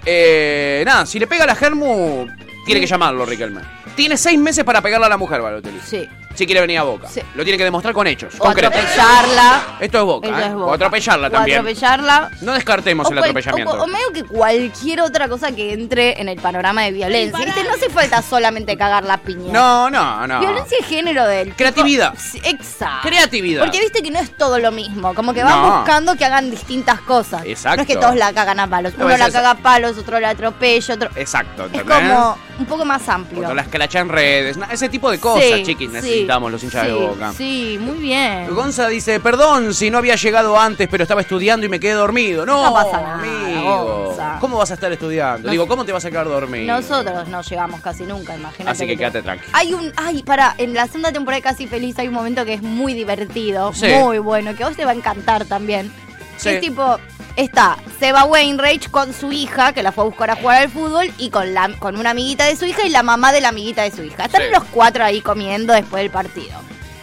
Eh, nada, si le pega a la Germu, tiene que llamarlo Riquelme. Tiene seis meses para pegarle a la mujer, Balotelli.
Sí.
Si quiere venir a Boca.
Sí.
Lo tiene que demostrar con hechos,
O
concretos.
atropellarla.
Esto es Boca,
Eso
¿eh?
es
O
Boca.
atropellarla
O
también.
atropellarla.
No descartemos
O,
el
cual-
atropellamiento.
o cu- o medio que cualquier otra cosa que entre en el panorama de violencia. ¿viste? No hace falta solamente cagar la piña.
no, no, no.
Violencia de género del tipo-
Creatividad.
Sí, Exacto.
Creatividad.
Porque viste que no es todo lo mismo. Como que van
No.
buscando que hagan distintas cosas.
Exacto.
No es que todos la cagan a palos.
No,
Uno
es
la
eso.
caga a palos, otro la atropella, otro.
Exacto,
Es
¿entendés?
como un poco más amplio.
Cuando las crachan redes, na- ese tipo de cosas,
Sí,
chiquis,
sí,
necesitamos los hinchas de
sí,
boca.
Sí, muy bien.
Gonza dice, perdón si no había llegado antes, pero estaba estudiando y me quedé dormido. No,
No pasa nada,
amigo.
Gonza.
¿Cómo vas a estar estudiando?
Nos-
Digo, ¿cómo te vas a quedar dormido?
Nosotros no llegamos casi nunca, imagínate.
Así que
te-
quédate tranqui.
Hay un. Ay, para, en la segunda temporada de Casi Feliz hay un momento que es muy divertido,
Sí.
muy bueno, que a vos te va a encantar también.
Sí.
Es tipo. Está Seba Wainwright con su hija, que la fue a buscar a jugar al fútbol, y con, la, con una amiguita de su hija y la mamá de la amiguita de su hija. Están
Sí.
los cuatro ahí comiendo después del partido.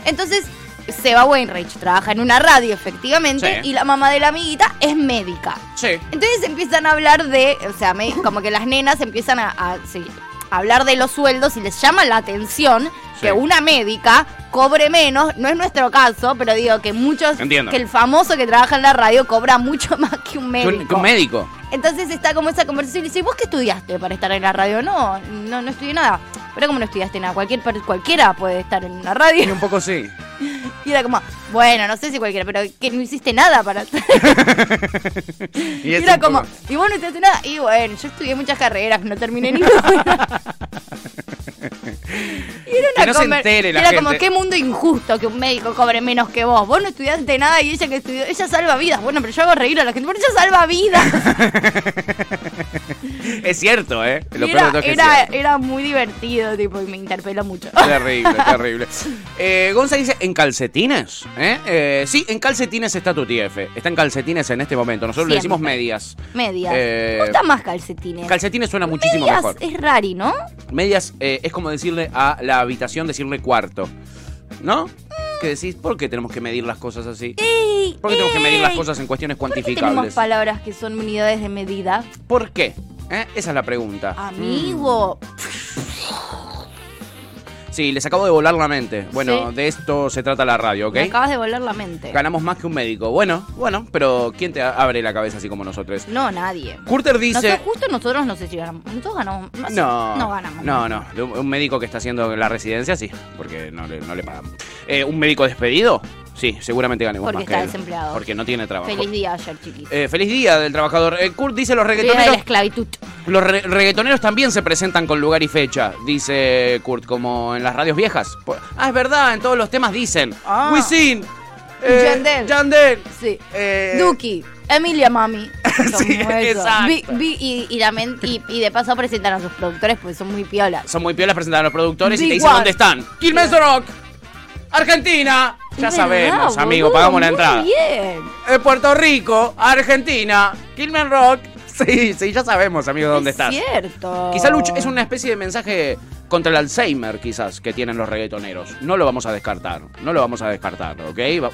Entonces, Seba Wainwright trabaja en una radio, efectivamente,
Sí.
y la mamá de la amiguita es médica.
Sí.
Entonces empiezan a hablar de, o sea, me- como que las nenas empiezan a, a- sí, a hablar de los sueldos y les llama la atención
Sí.
que una médica cobre menos, no es nuestro caso, pero digo que muchos,
Entiendo.
que el famoso que trabaja en la radio cobra mucho más que un
Que
médico.
un, que un médico.
Entonces está como esa conversación y dice, ¿vos qué estudiaste para estar en la radio? No, no, no estudié nada. Pero como no estudiaste nada, cualquier, per- cualquiera puede estar en la radio.
Y un poco sí.
Y era como, bueno, no sé si cualquiera, pero que no hiciste nada para estar
Y
Y
es
era
un
como,
poco-
y vos no te haces nada. Y bueno, yo estudié muchas carreras, no terminé ninguna. y era
Que no se
conver-
entere la
Era
gente.
como, qué mundo injusto que un médico cobre menos que vos. Vos no estudiaste nada y ella que estudió, ella salva vidas. Bueno, pero yo hago reír a la gente, pero ella salva vidas.
Es cierto, ¿eh? Lo peor de
Y era,
todo es que es
era,
cierto.
era muy divertido, tipo, y me interpeló mucho.
Terrible, terrible. Eh, Gonza dice, ¿en calcetines? ¿Eh? Eh, sí, en calcetines está tu TF. Está en calcetines en este momento. Nosotros le decimos
Siempre.
medias.
Medias.
Eh,
Me gustan más calcetines.
Calcetines suena muchísimo
Medias eh.
mejor.
es rari, ¿no?
Medias eh, es como decirle a la habitación, decirle cuarto. ¿No? Que decís, ¿por qué tenemos que medir las cosas así?
Ey,
¿Por qué tenemos que medir las
ey.
cosas en cuestiones
Eh. ¿Por qué tenemos
cuantificables?
palabras que son unidades de medida?
¿Por qué? ¿Eh? Esa es la pregunta.
Amigo.
Sí, les acabo de volar la mente. Bueno,
Sí.
de esto se trata la radio, ¿ok?
Me acabas de volar la mente.
Ganamos más que un médico. Bueno, bueno, pero ¿quién te a- abre la cabeza así como nosotros?
No, nadie.
Curter dice.
Nosotros, justo nosotros nos ganamos. Nosotros ganamos.
No,
No ganamos.
No, no. De Un un médico que está haciendo la residencia, sí, porque no le, no le pagan. Eh, un médico despedido, sí, seguramente ganemos
Porque
más
está
que él,
desempleado.
Porque no tiene trabajo.
Feliz día ayer, chiquis.
Eh, feliz día del trabajador. Eh, Kurt dice los
Día de la
reggaetoneros.
esclavitud.
Los re- reggaetoneros también se presentan con lugar y fecha, dice Kurt, como en las radios viejas. Por- Ah, es verdad, en todos los temas dicen.
Ah.
Wisin. eh,
Yandel.
Yandel.
Sí.
Eh,
Duki. Emilia Mami. Son
Sí,
eso.
exacto.
Vi- vi- y, y la men- y- y de paso presentan a sus productores porque son muy piolas.
Son muy piolas presentar a los productores y
Big
te dicen
One.
dónde están. Kilmes Rock. Argentina. Ya
Es
sabemos,
verdad,
amigo,
Ah, boludo,
pagamos la
muy
entrada.
bien.
Eh, Puerto Rico, Argentina, Kilman Rock. Sí, sí, ya sabemos, amigo, dónde
es
estás.
cierto.
Quizá Lucho es una especie de mensaje contra el Alzheimer, quizás, que tienen los reggaetoneros. No lo vamos a descartar, no lo vamos a descartar, ¿ok? Va-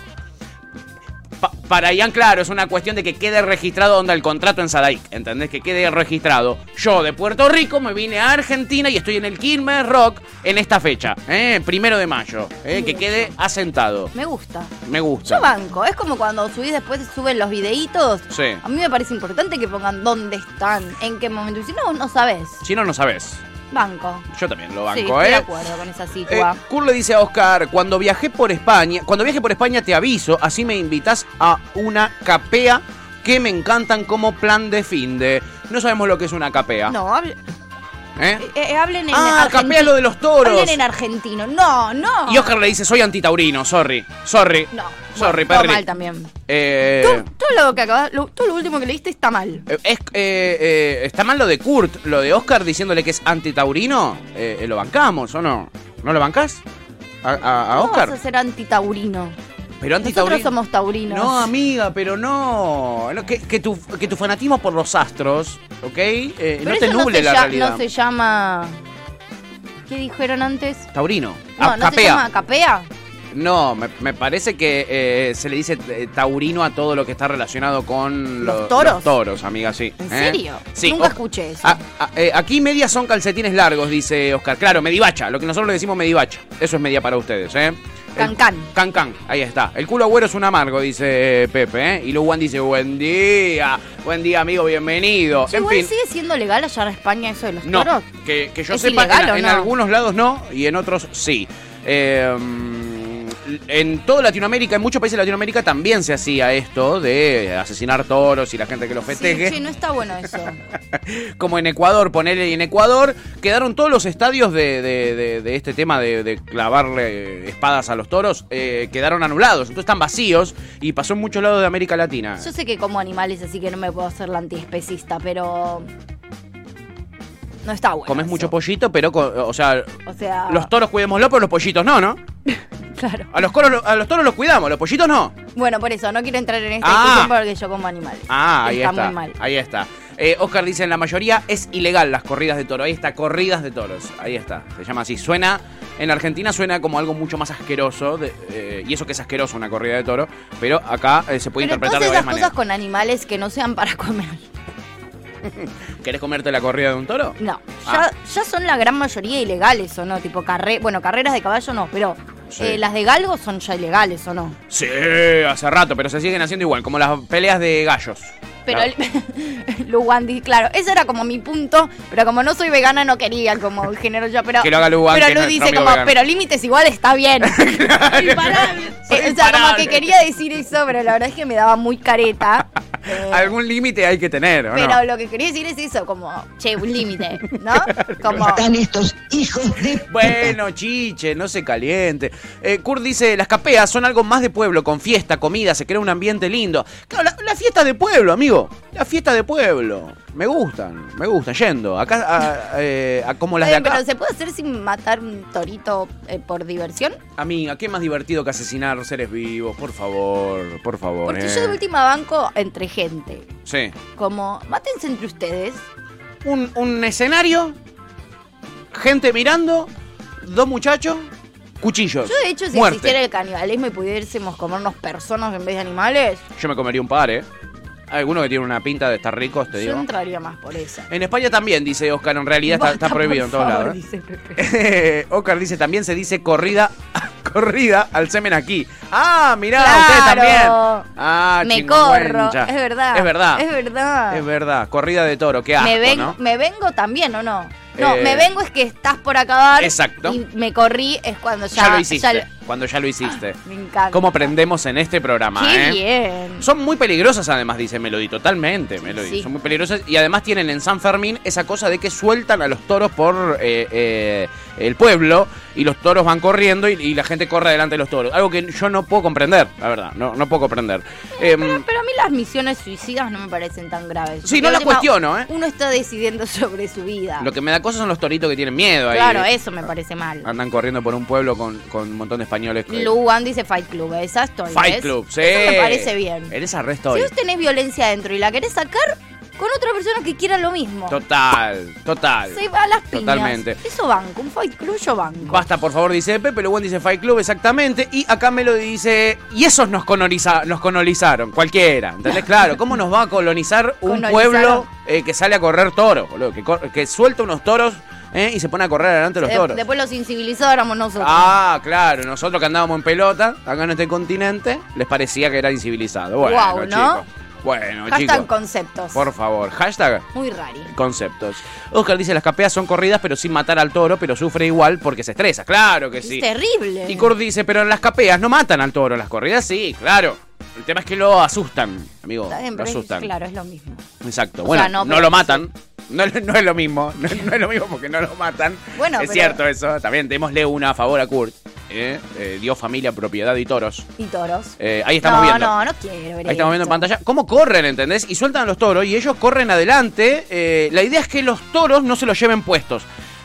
Pa- para Ian, claro, es una cuestión de que quede registrado onda el contrato en Sadaic, ¿entendés? Que quede registrado. Yo de Puerto Rico me vine a Argentina y estoy en el Quilmes Rock en esta fecha, ¿eh? Primero de mayo, ¿eh? Que quede asentado.
Me gusta.
Me
Yo
gusta.
banco. Es como cuando subís después suben los videitos.
Sí.
A mí me parece importante que pongan dónde están, en qué momento. Y Si no, no sabes.
Si no, no sabes.
Banco.
Yo también lo
sí,
banco,
estoy de
¿eh?
acuerdo con esa
Eh,
situa.
Kur le dice a Oscar, cuando viajé por España, cuando viaje por España te aviso, así me invitas a una capea que me encantan como plan de finde. No sabemos lo que es una capea.
No, hable-
¿eh?
eh, eh, hablen en
ah,
argentino.
capea lo de los toros.
Hablen en argentino. No, no.
Y Oscar le dice, soy antitaurino, sorry, sorry.
No.
Sorry,
Bueno, todo
Perry.
mal también.
Eh,
Todo, todo lo que acabas, lo- todo lo último que leíste está mal.
eh, es- eh, eh, está mal lo de Kurt, lo de Oscar diciéndole que es antitaurino. Eh, eh, ¿Lo bancamos o no? ¿No lo bancás? ¿A, a- a
¿Cómo
Oscar?
vas a ser antitaurino?
Pero
Nosotros
antitaurino.
somos taurinos.
No, amiga, pero no. No, que, que tu, que tu fanatismo por los astros, ¿ok? Eh,
Pero
no te
eso
nuble
se
la
llama-
realidad.
No se llama. ¿Qué dijeron antes?
Taurino.
No,
Ah,
no se
capea.
llama capea.
No, me, me parece que eh, se le dice eh, taurino a todo lo que está relacionado con
¿Los
lo-
toros?
los toros, amiga, sí.
¿En
¿Eh?
serio?
Sí.
Nunca
o-
escuché eso.
a- a- eh, aquí medias son calcetines largos, dice Oscar. Claro, medivacha. Lo que nosotros le decimos medivacha. Eso es media para ustedes, ¿eh? El-
Cancán.
Can can, ahí está. El culo agüero es un amargo, dice Pepe. ¿eh? Y Luan dice, buen día, buen día amigo, bienvenido.
Che,
en
igual
fin,
sigue siendo legal allá en España eso de los
no,
toros.
que, que yo
¿Es
sepa,
ilegal
en,
o
en
no?
algunos lados no y en otros sí. Eh, mm, en toda Latinoamérica, en muchos países de Latinoamérica también se hacía esto de asesinar toros y la gente que los festeje
Sí, che, no está bueno eso.
como en Ecuador, ponele en Ecuador, quedaron todos los estadios de, de- de- de este tema de, de clavarle espadas a los toros, eh, quedaron anulados, entonces están vacíos y pasó en muchos lados de América Latina.
Yo sé que como animales, así que no me puedo hacer la antiespecista, pero. No está bueno.
Comes
eso. Ah.
mucho pollito, pero, co- o sea,
O sea.
los toros cuidémoslo, pero los pollitos no, ¿no?
Claro.
A los, coros- a los toros los cuidamos, los pollitos no.
Bueno, por eso, no quiero entrar en esta
Ah.
discusión porque yo como animales.
Ah, ahí está.
muy mal.
Ahí está. Eh, Oscar dice, en la mayoría es ilegal las corridas de toro. Ahí está, corridas de toros. Ahí está. Se llama así. Suena, en Argentina suena como algo mucho más asqueroso. de- eh, y eso que es asqueroso una corrida de toro. Pero acá eh, se puede
Pero
interpretar
todas
de varias
esas cosas
maneras.
con animales que no sean para comer.
¿Querés comerte la corrida de un toro?
No,
Ah.
ya, ya son la gran mayoría ilegales o no, tipo carre bueno, carreras de caballo no, pero
Sí.
eh, las de galgo son ya ilegales o no.
Sí, hace rato, pero se siguen haciendo igual, como las peleas de gallos.
Pero
La-
el, Luwandi, claro, ese era como mi punto, pero como no soy vegana no quería como género yo, pero
Que lo haga Luan,
pero
que
Lu
es nuestro
dice
amigo
como,
vegano.
pero límites igual está bien. Imparable.
Soy
Eh, o sea, como
imparable.
que quería decir eso, pero la verdad es que me daba muy careta. Eh,
Algún límite hay que tener, ¿o no?
pero lo que quería decir es eso, como, che, un límite, ¿no? Como
Están estos hijos de
Bueno, chiche, no se caliente. Eh, Kurt dice, las capeas son algo más de pueblo, con fiesta, comida, se crea un ambiente lindo. Claro, la, la fiesta de pueblo, amigo. La fiesta de pueblo. Me gustan, me gustan, yendo. Acá, a- eh, a como las de
Eh,
acá.
pero se puede hacer sin matar un torito eh, por diversión.
Amiga, qué más divertido que asesinar seres vivos, por favor, por favor.
Porque
eh.
yo de última banco entre gente.
Sí.
Como, mátense entre ustedes.
Un, un escenario, gente mirando, dos muchachos, cuchillos.
Yo de hecho, si
muerte.
existiera el canibalismo y pudiésemos comernos personas en vez de animales,
Yo me comería un par, ¿eh? Hay alguno que tiene una pinta de estar rico, te
yo
digo.
entraría más por esa.
En España también, dice Oscar, en realidad está, está
Basta,
prohibido
por
en todos
favor,
lados.
dice Pepe.
¿eh? Oscar dice, también se dice corrida, corrida al semen aquí. Ah, mirá,
Claro.
ustedes también. Ah,
Me corro.
chingüengüencha.
Es verdad.
Es verdad.
Es verdad.
Es verdad. Corrida de toro, qué asco,
me, ven-
¿no?
me vengo también, ¿o no? No,
Eh,
me vengo es que estás por acabar.
exacto.
Y me corrí es cuando ya.
Ya, lo hiciste.
ya
Cuando ya lo hiciste.
lo- me encanta.
¿Cómo aprendemos en este programa,
Qué
eh?
bien.
Son muy peligrosas además, dice Melody, totalmente, Melody.
sí.
Son muy peligrosas y además tienen en San Fermín esa cosa de que sueltan a los toros por eh, eh, el pueblo y los toros van corriendo y, y la gente corre delante de los toros. Algo que yo no puedo comprender, la verdad, no, no puedo comprender. Em,
Pero, pero a mí las misiones suicidas no me parecen tan graves.
Sí,
Porque
no las
de última,
cuestiono, ¿eh?
Uno está decidiendo sobre su vida.
lo que me da cosa son los toritos que tienen miedo ahí.
claro, eso me parece mal.
Andan corriendo por un pueblo con, con un montón de españoles. que-
Lu Andy dice Fight Club, esa estoy.
Fight
¿ves?
Club, sí.
Eso me parece bien.
En esa resto
Si vos tenés violencia adentro y la querés sacar con otra persona que quiera lo mismo,
Total, total.
se va a las piñas.
Totalmente.
Eso banco, un Fight Club yo banco.
Basta, por favor, dice Pepe. Luego dice Fight Club, exactamente. Y acá Melo dice, y esos nos, coloniza- nos colonizaron, cualquiera. ¿Entendés? Claro, ¿cómo nos va a colonizar un
Colonizaron.
pueblo eh, que sale a correr toros, boludo? Que, cor- que suelta unos toros eh, y se pone a correr delante de los
De-
toros.
después los incivilizáramos nosotros.
Ah, claro, nosotros que andábamos en pelota acá en este continente, les parecía que era incivilizado. Bueno,
Guau, ¿no?
chicos. Bueno,
Hashtag
chicos.
conceptos.
Por favor, hashtag
Muy rari.
conceptos. Oscar dice, las capeas son corridas, pero sin matar al toro, pero sufre igual porque se estresa. Claro que
Es
sí.
terrible.
Y Kurt dice, pero en las capeas no matan al toro, las corridas sí, claro. El tema es que lo asustan, amigo.
Está bien,
Lo
pero es-
asustan.
claro, es lo mismo.
Exacto.
O
Bueno,
sea, no,
no,
pero-
lo matan. No, no es lo mismo. No, no es lo mismo porque no lo matan.
Bueno,
es
pero-
cierto eso. También démosle una a favor a Kurt. ¿eh? Eh, Dios, familia, propiedad y toros.
Y toros.
Eh, ahí estamos
no,
viendo.
no, no quiero ver
Ahí estamos viendo en
esto.
pantalla cómo corren, ¿entendés? Y sueltan a los toros y ellos corren adelante. Eh, la idea es que los toros no se los lleven puestos.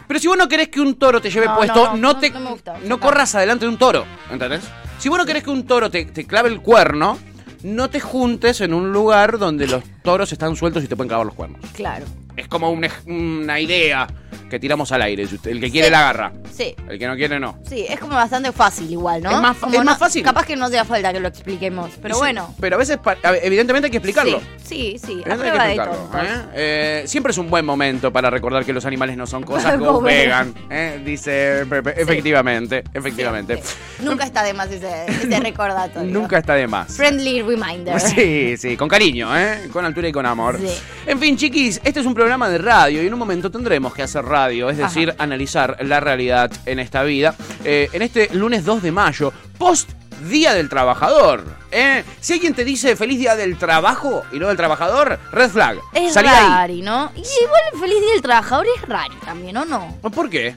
Pero si vos no querés que un toro te lleve
No,
puesto, no,
no, no,
te
no me gusta.
no corras adelante de un toro, ¿entendés? Si vos no querés que un toro te, te clave el cuerno, no te juntes en un lugar donde los toros están sueltos y te pueden clavar los cuernos.
Claro.
Es como un ej- una idea que tiramos al aire. Si usted- El que quiere
Sí.
la agarra,
Sí.
el que no quiere no.
Sí, es como bastante fácil igual, ¿no?
Es más fa-
Como
es más
no-
fácil.
Capaz que no te da falta que lo expliquemos, pero
Y sí,
bueno.
Pero a veces, pa- a- evidentemente hay que explicarlo.
Sí, sí, sí.
Pero
A
no hay que
prueba de
explicarlo,
tontos.
¿eh? Eh, siempre es un buen momento para recordar que los animales no son cosas
Como
como
vegan.
vegan. ¿eh? Dice Pepe. Efectivamente, efectivamente.
Sí, sí. Nunca está de más ese, ese recordatorio.
Nunca está de más.
Friendly reminder.
Sí, sí, con cariño, ¿eh? con altura y con amor.
¿eh? Sí.
En fin, chiquis, este es un programa de radio y en un momento tendremos que hacer radio, es decir, analizar la realidad en esta vida. Eh, en este lunes 2 de mayo, post Día del Trabajador. ¿eh? Si alguien te dice feliz Día del Trabajo y no del Trabajador, red flag.
Es
Salí de ahí.
rari, ¿no? Y igual el feliz día del trabajador es rari también, ¿o no?
¿Por qué?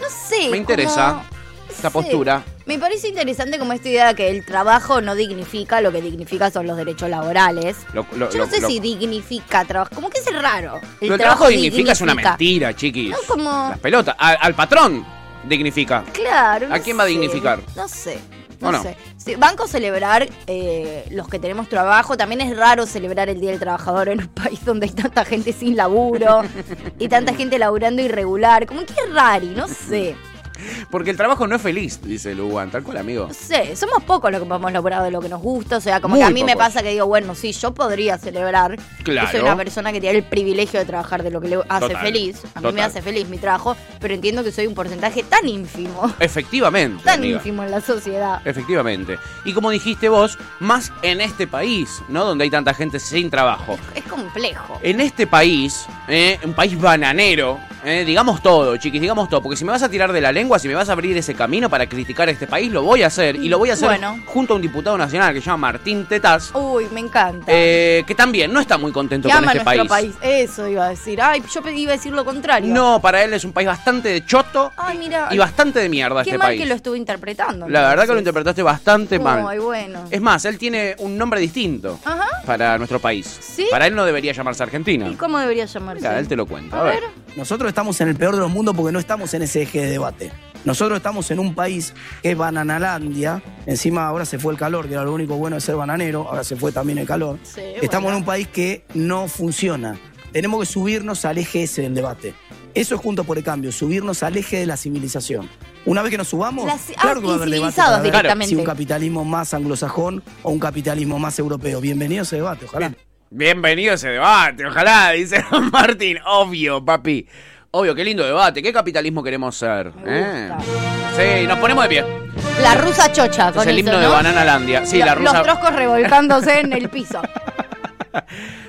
No sé.
Me interesa
como-
esta
Sí.
postura.
Me parece interesante como esta idea de que el trabajo no dignifica, lo que dignifica son los derechos laborales.
Lo- lo-
Yo no
lo-
sé
lo-
si dignifica trabajo. Como que es raro.
Pero el trabajo dignifica es una mentira, chiquis.
No, como-
Las pelotas. Al, al patrón dignifica.
Claro.
¿A
no
quién va a
sé,
dignificar?
No sé.
¿O
No,
no?
sé. Sí, banco celebrar eh, los que tenemos trabajo. También es raro celebrar el Día del Trabajador en un país donde hay tanta gente sin laburo y tanta gente laburando irregular. Como que es rari, no sé.
Porque el trabajo no es feliz, dice Luan. Tal cual, amigo.
No sé, somos pocos los que podemos lograr de lo que nos gusta. O sea, como
Muy
que a mí me
pocos.
pasa que digo, bueno, sí, yo podría celebrar.
Claro.
Que soy una persona que tiene el privilegio de trabajar de lo que le hace
Total,
feliz. A mí me
total.
hace feliz mi trabajo, pero entiendo que soy un porcentaje tan ínfimo.
Efectivamente.
Tan
amiga.
ínfimo en la sociedad.
Efectivamente. Y como dijiste vos, más en este país, ¿no? Donde hay tanta gente sin trabajo.
Es complejo.
En este país, eh, un país bananero, eh, digamos todo, chiquis, digamos todo. Porque si me vas a tirar de la lengua, si me vas a abrir ese camino para criticar a este país, lo voy a hacer. Y lo voy a hacer
Bueno.
junto a un diputado nacional que se llama Martín Tetaz.
Uy, me encanta.
eh, que también no está muy contento
que
con
ama
este
nuestro
país.
país. Eso iba a decir. Ay, yo pe- iba a decir lo contrario.
No, para él es un país bastante de choto
Ay, mira.
y bastante de mierda
Qué
este
mal
país.
que lo estuve interpretando.
La verdad que lo
entonces.
interpretaste bastante mal.
Ay, bueno.
Es más, él tiene un nombre distinto
Ajá.
para nuestro país.
¿Sí?
Para él no debería llamarse Argentina.
¿Y cómo debería llamarse?
Mira, él te lo cuenta.
A
A
ver.
ver.
Nosotros estamos en el peor de los mundos porque no estamos en ese eje de debate. Nosotros estamos en un país que es Bananalandia. Encima ahora se fue el calor, que era lo único bueno de ser bananero. Ahora se fue también el calor.
Sí,
estamos
bueno.
en un país que no funciona. Tenemos que subirnos al eje ese del debate. Eso es Juntos por el Cambio, subirnos al eje de la civilización. Una vez que nos subamos,
La ci- ah,
claro que va a haber debate
incivilizados
para ver
directamente.
si un capitalismo más anglosajón o un capitalismo más europeo. Bienvenido a ese debate, ojalá.
Bienvenido a ese debate, ojalá, dice Don Martín. Obvio, papi. Obvio, qué lindo debate. ¿Qué capitalismo queremos ser?
Me
¿Eh? Sí, nos ponemos de pie.
La rusa chocha
Es
con
el
eso,
himno de
¿no?
Bananalandia. Sí,
Lo-
la rusa.
Los troscos revolcándose en el piso.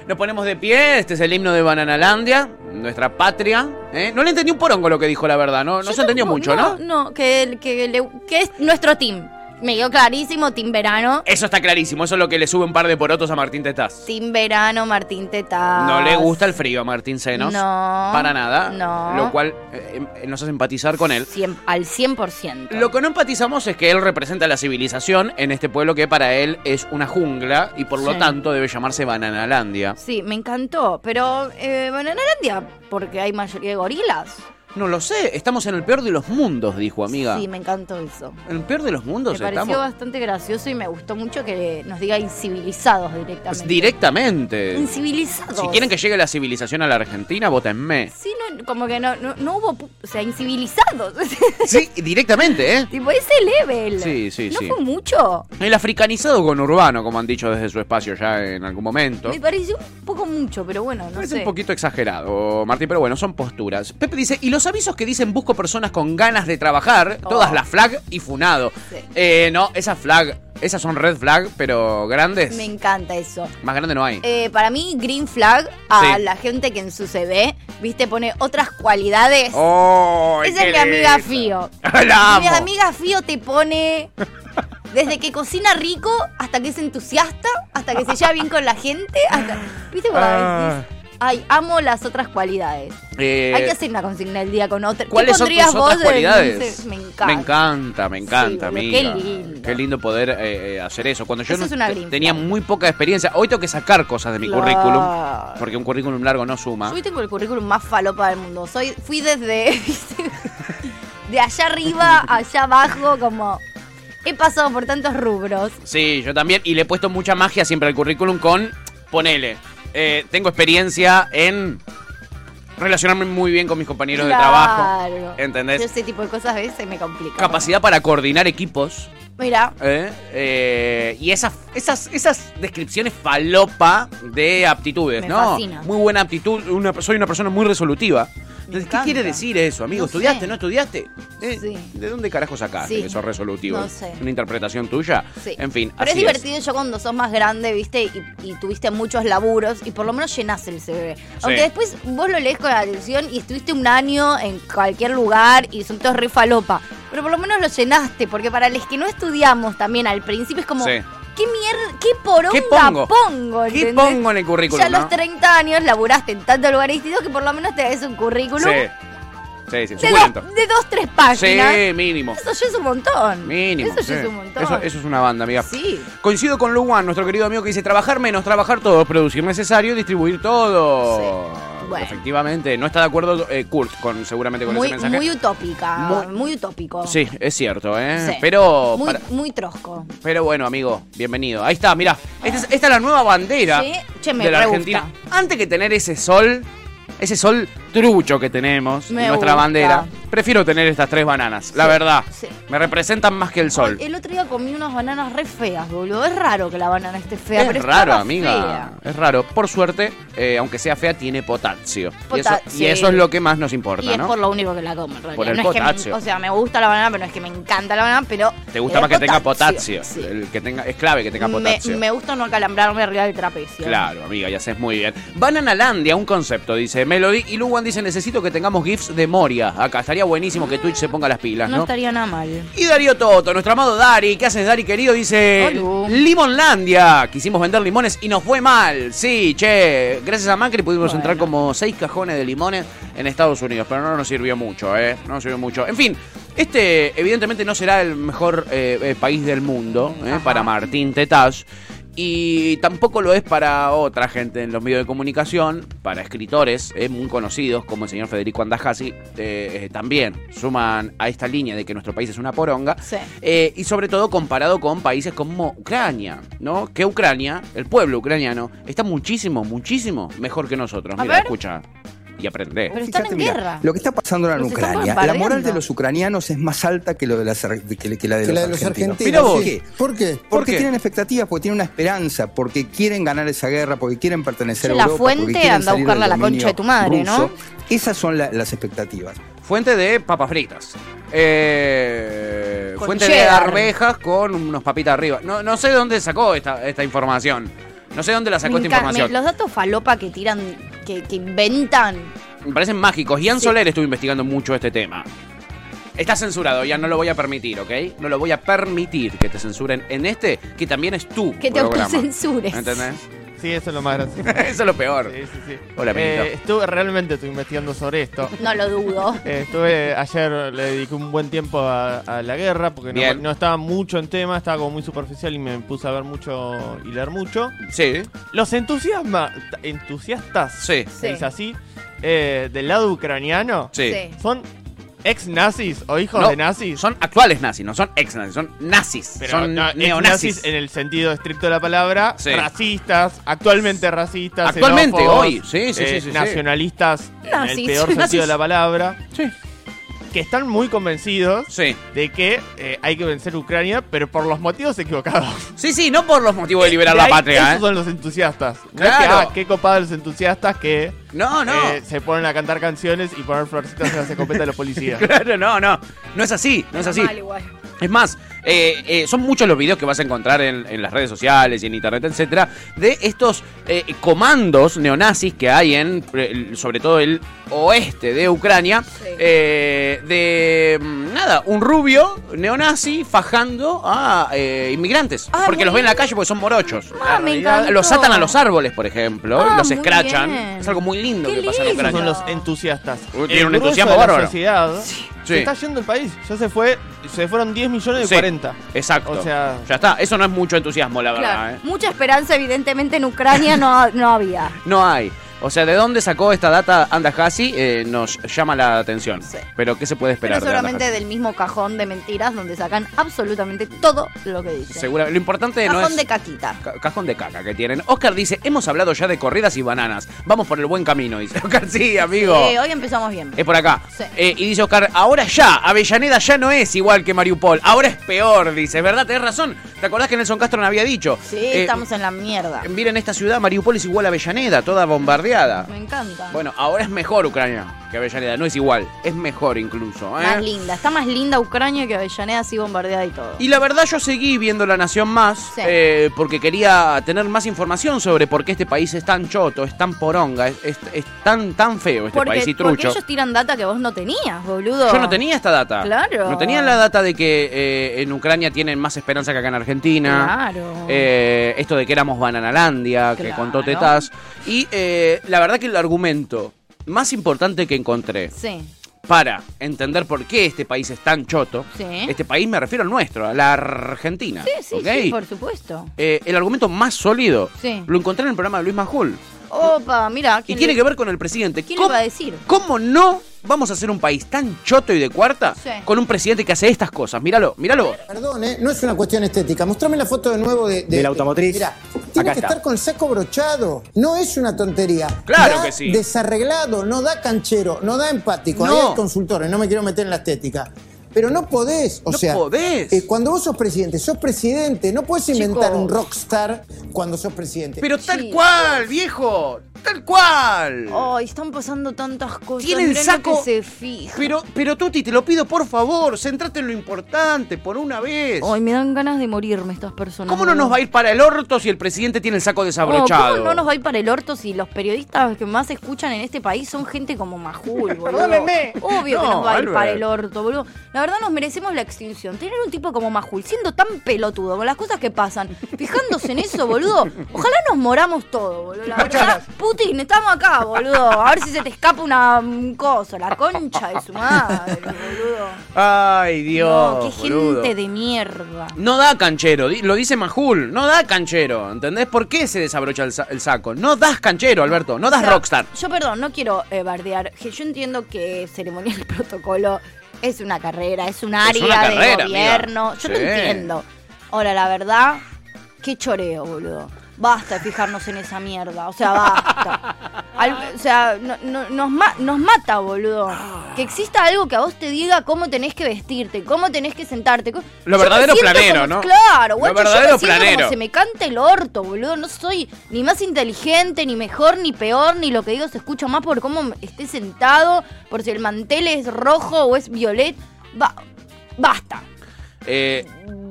Nos ponemos de pie, este es el himno de Bananalandia, nuestra patria. ¿eh? No le entendí un porongo lo que dijo, la verdad, no, no
Yo
se entendió
tampoco-
mucho, ¿no?
No, que, el- que, le- que es nuestro team. Me quedó clarísimo, team verano.
Eso está clarísimo, eso es lo que le sube un par de porotos a Martín Tetaz.
Team verano, Martín Tetaz.
No le gusta el frío a Martín Senos.
No,
Para nada.
no.
Lo cual eh, eh, nos hace empatizar con él.
Cien- al 100%.
Lo que no empatizamos es que él representa la civilización en este pueblo que para él es una jungla y por
Sí.
lo tanto debe llamarse Bananalandia.
Sí, me encantó. Pero eh, Bananalandia, porque hay mayoría de gorilas.
No lo sé, estamos en el peor de los mundos, dijo amiga.
Sí, me encantó eso.
En el peor de los mundos
me pareció
estamos.
bastante gracioso y me gustó mucho que nos diga incivilizados directamente.
Directamente.
Incivilizados.
Pues Si quieren que llegue la civilización a la Argentina, votenme.
Sí, no, como que no, no, no hubo. pu- O sea, incivilizados.
Sí, directamente, ¿eh?
tipo, ese level.
Sí, sí,
¿No
sí.
fue mucho?
El africanizado con urbano, como han dicho desde su espacio ya en algún momento.
Me pareció un poco mucho, pero bueno, no
es
sé.
un poquito exagerado, Martín, pero bueno, son posturas. Pepe dice, y los avisos que dicen busco personas con ganas de trabajar,
Oh.
todas las flag y funado.
Sí.
Eh, no, esas flag, esas son red flag, pero grandes.
Me encanta eso.
Más grande no hay.
Eh, para mí, green flag a
Sí.
la gente que en su CV, viste, pone otras cualidades.
¡Oh!
Esa
qué
es mi amiga
lindo!
Fío.
¡La
Mi
amo!
amiga Fío te pone desde que cocina rico hasta que es entusiasta, hasta que se lleva bien con la gente, hasta... ¿Viste cuando
Ah.
decís, ay, amo las otras cualidades?
Eh,
Hay que hacer una consigna el día con otra. ¿Qué
¿Cuáles son tus
pondrías
otras
vos en-
cualidades?
Me encanta.
Me encanta, me encanta,
Sí, boludo,
amiga.
qué lindo.
Qué lindo poder eh, eh, hacer eso. Cuando yo
Eso
no
es una
te-
green
tenía
flag.
muy poca experiencia, hoy tengo que sacar cosas de mi
Claro.
currículum, porque un currículum largo no suma.
Yo tengo el currículum más falopa del mundo. Soy, fui desde, ¿viste? de allá arriba, allá abajo, como he pasado por tantos rubros.
Sí, yo también. Y le he puesto mucha magia siempre al currículum con, ponele, eh, tengo experiencia en relacionarme muy bien con mis compañeros de trabajo.
Claro.
¿entendés?
Yo ese tipo de cosas a veces me complica.
Capacidad para coordinar equipos.
Mira,
¿eh? Eh, y esas, esas, esas descripciones falopa de aptitudes,
Me
¿no?
fascina.
Muy buena aptitud, una, per- soy una persona muy resolutiva. Entonces, ¿Qué
encanta.
quiere decir eso, amigo?
No
¿Estudiaste?
sé.
¿No estudiaste? Eh,
Sí.
¿De dónde carajo sacaste
Sí.
que sos resolutivo?
No sé.
¿Una interpretación tuya?
sí.
En fin,
Pero es
así
divertido yo cuando sos más grande, viste, y, y tuviste muchos laburos y por lo menos llenás el CV. Aunque después vos lo lees con atención y estuviste un año en cualquier lugar y son todos re falopa. Pero por lo menos lo llenaste, porque para los que no estudiamos también al principio es como,
Sí.
¿qué mierda, qué poronga
¿Qué pongo?
pongo?
¿Qué
¿entendés?
pongo en el currículum?
Ya a los
no?
30 años laburaste en tantos lugares distintos que por lo menos te des un currículum
Sí. Sí, sí,
de,
suculento.
dos, de dos, tres páginas.
Sí, mínimo.
Eso ya es un montón.
Mínimo.
Eso
sí.
ya es un montón.
Eso, eso es una banda, amiga.
Sí.
Coincido con Luan, nuestro querido amigo que dice trabajar menos, trabajar todo, producir necesario, distribuir todo.
Sí. Bueno.
Efectivamente, no está de acuerdo eh, Kurt con seguramente con
muy,
ese mensaje.
muy utópica,
Muy-
muy, utópico.
sí, es cierto, ¿eh?
Sí.
Pero
Muy,
para-
muy trosco.
pero bueno, amigo, bienvenido. Ahí está, mira, esta es, esta es la nueva bandera
Sí, che, me
de la
re
Argentina. Antes que tener ese sol, ese sol trucho que tenemos
Me
en nuestra
gusta.
bandera, prefiero tener estas tres bananas, la
Sí,
verdad.
sí.
Me representan más que el sol.
El otro día comí unas bananas re feas, boludo. Es raro que la banana esté fea, pero
es raro,
estaba
amiga.
fea.
Es raro. Por suerte, eh, aunque sea fea, tiene potasio. Y, eso,
Potasio.
y eso es lo que más nos importa,
Y es
¿no?
por lo único que la como, en realidad.
Por el
no es que me-
potasio.
o sea, me gusta la banana, pero no es que me encanta la banana, pero.
Te gusta
el
más que tenga potasio.
sí.
El que tenga, es clave que tenga
Me,
potasio.
me gusta no acalambrarme arriba del trapecio.
Claro, amiga, ya haces muy bien. Bananalandia, un concepto, dice Melody. Y Luwan dice, necesito que tengamos GIFs de Moria. Acá estaría buenísimo que Twitch se ponga las pilas,
No,
¿no? Eh,
estaría nada mal.
Y Darío Toto, nuestro amado Dari, ¿qué haces Dari querido? Dice
Hola.
Limonlandia, quisimos vender limones y nos fue mal. Sí, che, gracias a Macri pudimos
Bueno.
entrar como seis cajones de limones en Estados Unidos, pero no nos sirvió mucho, ¿eh? No nos sirvió mucho. En fin, este evidentemente no será el mejor eh, eh, país del mundo ¿eh?
Ajá.
para Martín Tetaz. Y tampoco lo es para otra gente en los medios de comunicación, para escritores eh, muy conocidos como el señor Federico Andajasi, eh, eh, también suman a esta línea de que nuestro país es una poronga.
Sí.
Eh, y sobre todo comparado con países como Ucrania, ¿no? Que Ucrania, el pueblo ucraniano, está muchísimo, muchísimo mejor que nosotros.
A
Mira,
ver.
escucha y aprende.
Pero están
Fíjate,
en
mira,
guerra.
Lo que está pasando ahora en
Los están
Ucrania, la
bombardeando.
moral de los ucranianos es más alta que, lo de las ar- que, que la de
que
los
la de los
argentinos.
argentinos.
Mirá vos.
¿Por qué?
¿Por qué?
Porque
qué?
tienen expectativas, porque tienen una esperanza, porque quieren ganar esa guerra, porque quieren pertenecer
Che,
a
la
Europa. porque
fuente
quieren
anda a
salir
buscarla
del
a la concha de tu madre, ¿no?
dominio ruso. Esas son la- las expectativas.
Fuente de papas fritas. Eh,
Con
fuente
cheddar.
de arvejas con unos papitas arriba. No, no sé dónde sacó esta, esta información. No sé dónde la sacó
Me
esta
enca- me-
información.
los datos falopa que tiran, que, que inventan.
Me parecen mágicos. Ian
Sí.
Soler estuvo investigando mucho este tema. Está censurado, ya no lo voy a permitir, ¿ok? No lo voy a permitir que te censuren en este, que también es tu
Que te
programa.
autocensures.
¿Entendés?
Sí, eso es lo más gracioso.
Eso es lo peor.
Sí, sí, sí.
Hola, amiguito.
Eh, estuve, realmente estuve investigando sobre esto.
No lo dudo.
Eh, estuve, ayer le dediqué un buen tiempo a, a la guerra porque no,
Bien.
no estaba mucho en tema, estaba como muy superficial y me puse a ver mucho y leer mucho.
Sí,
Los entusiasma, entusiastas,
sí.
se dice así, eh, del lado ucraniano
Sí.
Sí.
son ex nazis o hijos
No,
de nazis.
Son actuales nazis, no son ex nazis, son nazis.
pero
son
no,
neonazis.
ex-nazis en el sentido estricto de la palabra,
Sí.
racistas, actualmente racistas,
Actualmente,
xenófobos, eh,
hoy, sí, sí, sí, sí, sí.
nacionalistas en el
Nazis,
peor
nazis.
sentido de la palabra,
Sí.
que están muy convencidos
Sí.
de que eh, hay que vencer Ucrania, pero por los motivos equivocados.
Sí, sí, no por los motivos de liberar
De
la
ahí,
patria,
Esos
¿eh?
son los entusiastas. No es que,
Claro.
ah, qué copado los entusiastas que
No, no.
eh, se ponen a cantar canciones y poner florcitas en las escopetas de los policías.
Claro, no, no. No es así, no es así.
Mal igual.
Es más, eh, eh, son muchos los videos que vas a encontrar en, en las redes sociales y en internet, etcétera, de estos eh, comandos neonazis que hay en, eh, el- sobre todo el oeste de Ucrania,
Sí.
eh, de mm, nada, un rubio neonazi fajando a eh, inmigrantes,
Ah,
porque
muy
los ven en la
bien.
calle porque son morochos.
Ah, me encantó.
Los atan a los árboles, por ejemplo,
Ah,
los
muy
escrachan.
bien.
Es algo muy lindo
Qué
que pasa en
lindo.
Ucrania.
Esos son los entusiastas.
Uy, tiene
El
un
grueso
entusiasmo
de la
bárbaro.
sociedad
Sí.
Se está yendo el país. Ya se fue, se fueron 10 millones de
Sí,
40.
Exacto.
O sea,
ya está. Eso no es mucho entusiasmo, la verdad.
Claro,
¿eh?
Mucha esperanza, evidentemente, en Ucrania no, no había.
No hay. O sea, ¿de dónde sacó esta data Andahasi? Eh, nos llama la atención.
Sí.
Pero ¿qué se puede
Pero
esperar? de
seguramente
Andahasi?
del mismo cajón de mentiras donde sacan absolutamente todo lo que dicen.
Segura- Lo importante no
Cajón
es...
de caquita.
Ca- Cajón de caca que tienen. Oscar dice, hemos hablado ya de corridas y bananas. Vamos por el buen camino, dice Oscar. Sí, amigo.
Eh, hoy empezamos bien.
es por acá.
Sí.
Eh, y dice Oscar, ahora ya, Avellaneda ya no es igual que Mariupol. Ahora es peor, dice. ¿Verdad? Tenés razón. ¿Te acordás que Nelson Castro no había dicho?
Sí,
Eh,
estamos en la mierda.
Miren esta ciudad, Mariupol es igual a Avellaneda, toda bombardeada.
Me encanta.
Bueno, ahora es mejor Ucrania que Avellaneda. No es igual, es mejor incluso. ¿eh?
Más linda. Está más linda Ucrania que Avellaneda así bombardeada y todo.
Y la verdad yo seguí viendo La Nación Más
Sí.
eh, porque quería tener más información sobre por qué este país es tan choto, es tan poronga, es, es- es tan, tan feo este
porque,
país y
porque
trucho.
ellos tiran data que vos no tenías, boludo.
Yo no tenía esta data.
Claro.
No tenía la data de que eh, en Ucrania tienen más esperanza que acá en Argentina.
Claro.
Eh, esto de que éramos Bananalandia, que
Claro.
contó Tetaz. Y eh, la verdad que el argumento más importante que encontré
Sí.
para entender por qué este país es tan choto,
Sí.
este país me refiero al nuestro, a la Argentina.
Sí, sí,
¿ok?
sí, por supuesto.
Eh, el argumento más sólido
Sí.
lo encontré en el programa de Luis Majul.
Opa, mira.
Y tiene que ver con el presidente.
¿Quién
¿Cómo-
le va a decir?
¿Cómo no vamos a ser un país tan choto y de cuarta
Sí.
con un presidente que hace estas cosas? Míralo, míralo.
Perdón, ¿eh? no es una cuestión estética. Mostrame la foto de nuevo de,
De la automotriz.
Mirá, tiene
Acá
que
está.
estar con el saco brochado. No es una tontería.
Claro
Da
que sí.
Desarreglado, no da canchero, no da empático.
No.
Ahí hay consultores, no me quiero meter en la estética. Pero no podés, o
No
sea,
podés.
eh, cuando vos sos presidente, sos presidente, no podés inventar
Chicos.
un rockstar cuando sos presidente.
Pero tal
Sí.
cual, viejo. Tal cual.
Ay, están pasando tantas cosas.
Tienen
mirá lo
saco-
que se fija.
Pero, pero Tuti, te lo pido por favor, centrate en lo importante por una vez.
Ay, me dan ganas de morirme estas personas.
¿Cómo no nos va a ir para el orto si el presidente tiene el saco desabrochado?
Oh, ¿Cómo no nos va a ir para el orto si los periodistas que más escuchan en este país son gente como Majul, boludo?
Perdónenme.
Obvio que
No,
nos va a ir
Albert.
para el orto, boludo. La verdad nos merecemos la extinción. Tener un tipo como Majul, siendo tan pelotudo con las cosas que pasan, fijándose en eso, boludo. Ojalá nos moramos todos, boludo. La verdad, Putin, estamos acá, boludo. A ver si se te escapa una mm, cosa, la concha de su madre, boludo.
Ay, Dios.
no, qué gente
boludo.
de mierda.
No da canchero, di- lo dice Majul, no da canchero, ¿entendés? ¿Por qué se desabrocha el, sa- el saco? No das canchero, Alberto, no das
O sea,
rockstar.
Yo, perdón, no quiero eh, bardear. que Yo entiendo que ceremonial y protocolo es una carrera, es un área
una
de
carrera,
gobierno.
amiga.
Yo
Sí.
te entiendo. Ahora, la verdad, qué choreo, boludo. Basta de fijarnos en esa mierda. O sea, basta. Al- o sea, no- no- nos, ma- nos mata, boludo. Que exista algo que a vos te diga cómo tenés que vestirte, cómo tenés que sentarte. co-
Lo
Yo me
verdadero
siento
planero,
como-
¿no?
Claro,
Lo
guacho, yo me
verdadero
siento como
planero.
se me canta el orto, boludo. No soy ni más inteligente, ni mejor, ni peor, ni lo que digo se escucha más por cómo esté sentado, por si el mantel es rojo o es violeta. Ba- basta,
Eh,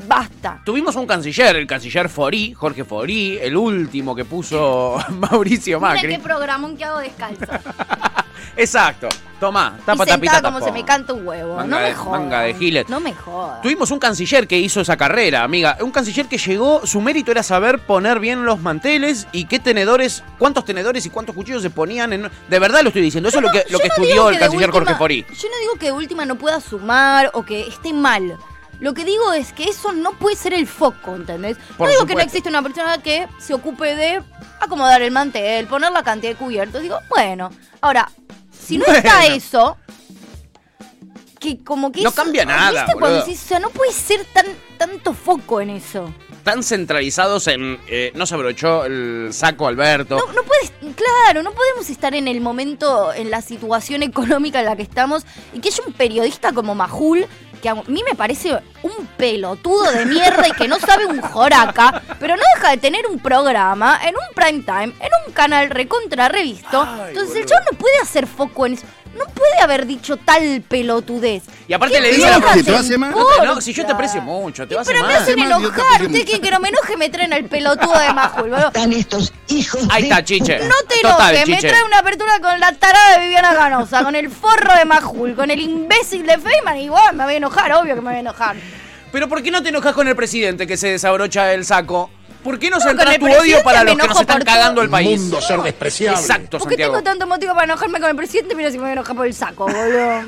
basta.
tuvimos un canciller, el canciller Forí, Jorge Forí, el último que puso Mauricio
Mira
Macri.
qué programón que hago descalza.
Exacto, tomá,
y
tapa
sentada
tapita
como se
tapón.
me canta un huevo.
Manga
no me
de-
jodas.
manga de giles.
No me jodas.
Tuvimos un canciller que hizo esa carrera, amiga. Un canciller que llegó, su mérito era saber poner bien los manteles y qué tenedores, cuántos tenedores y cuántos cuchillos se ponían en. De verdad lo estoy diciendo, eso es lo que, lo
Yo
que
no digo
estudió el
que de
canciller
última-
Jorge Forí.
Yo no digo que de última no pueda sumar o que esté mal. Lo que digo es que eso no puede ser el foco, ¿entendés?
Por
no digo que
supuesto.
no existe una persona que se ocupe de acomodar el mantel, poner la cantidad de cubiertos. Digo, bueno, ahora, si no está
Bueno.
eso, que como que
No
eso-
cambia nada,
¿viste cuando
boludo.
decís, o sea, no puede ser tan, tanto foco en eso.
Están centralizados en. eh, no se abrochó el saco Alberto.
No, no puedes, claro, no podemos estar en el momento, en la situación económica en la que estamos y que haya un periodista como Majul que a mí me parece un pelotudo de mierda y que no sabe un joraca, pero no deja de tener un programa en un prime time, en un canal recontra revisto. Entonces el chavo no puede hacer foco en eso. No puede haber dicho tal pelotudez.
Y aparte
¿Qué
le dice a
mierda
la
Porque
te
te va a hacer mal.
No, te- no,
importa?
si yo te aprecio mucho, te
Y
vas a
pero me
mal.
hacen
Hace mal, yo te
enojar,
aprecio
que, que no me enoje me traen al pelotudo de Majul, boludo.
Están estos hijos
Ahí
de
está, chiche.
puta.
No te
Total,
enojes, me
Chiche.
trae una apertura con la tarada de Viviana Ganosa, con el forro de Majul, con el imbécil de Feynman. Igual me voy a enojar, obvio que me voy a enojar.
Pero ¿por qué no te enojas con el presidente que se desabrocha el saco? ¿por qué no, centras
el
tu odio
presidente
para
me
los que nos
enojo
están
por todo.
cagando el país?
Mundo ser despreciable.
Exacto,
Porque
Santiago.
tengo tanto motivo para enojarme con el presidente, mira si me voy a enojar por el saco, boludo.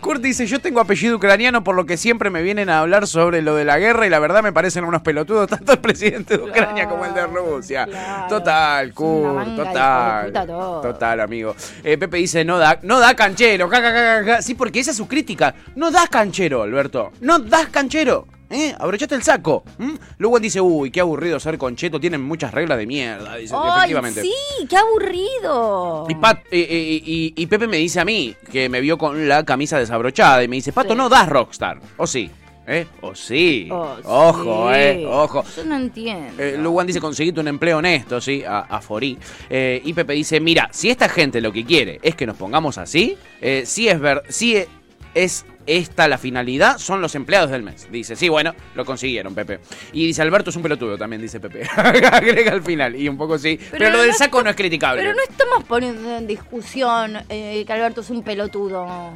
Kurt dice, yo tengo apellido ucraniano por lo que siempre me vienen a hablar sobre lo de la guerra y la verdad me parecen unos pelotudos, tanto el presidente de Ucrania como el de Rusia.
claro.
Total,
Es una
Kurt,
manga de
total.
hijo de puta todo.
Total, amigo. Eh, Pepe dice, no da, no da canchero. ja, ja, ja, ja, ja". Sí, porque esa es su crítica. No das canchero, Alberto. No das canchero. ¿Eh? Abrochaste el saco. ¿m? Luego él dice, uy, qué aburrido ser concheto, tienen muchas reglas de mierda. Dice,
Ay,
efectivamente.
sí, qué aburrido.
Y, Pat- y- y- y- y Pepe me dice a mí, que me vio con la camisa desabrochada, y me dice, Pato,
Sí.
no das Rockstar. ¿O sí? ¿Eh? ¿O sí?
Oh,
ojo,
sí.
¿eh? Ojo.
Yo no entiendo.
Eh, Luan dice, conseguite un empleo honesto, ¿sí? A, a Forí. Eh, y Pepe dice, mira, si esta gente lo que quiere es que nos pongamos así, eh, sí es ver, sí e- es esta la finalidad, son los empleados del mes. Dice, sí, bueno, lo consiguieron, Pepe. Y dice, Alberto es un pelotudo también, dice Pepe. Agrega al final, y un poco sí. Pero, lo del saco
está-
no es criticable.
Pero no estamos poniendo en discusión eh, que Alberto es un pelotudo.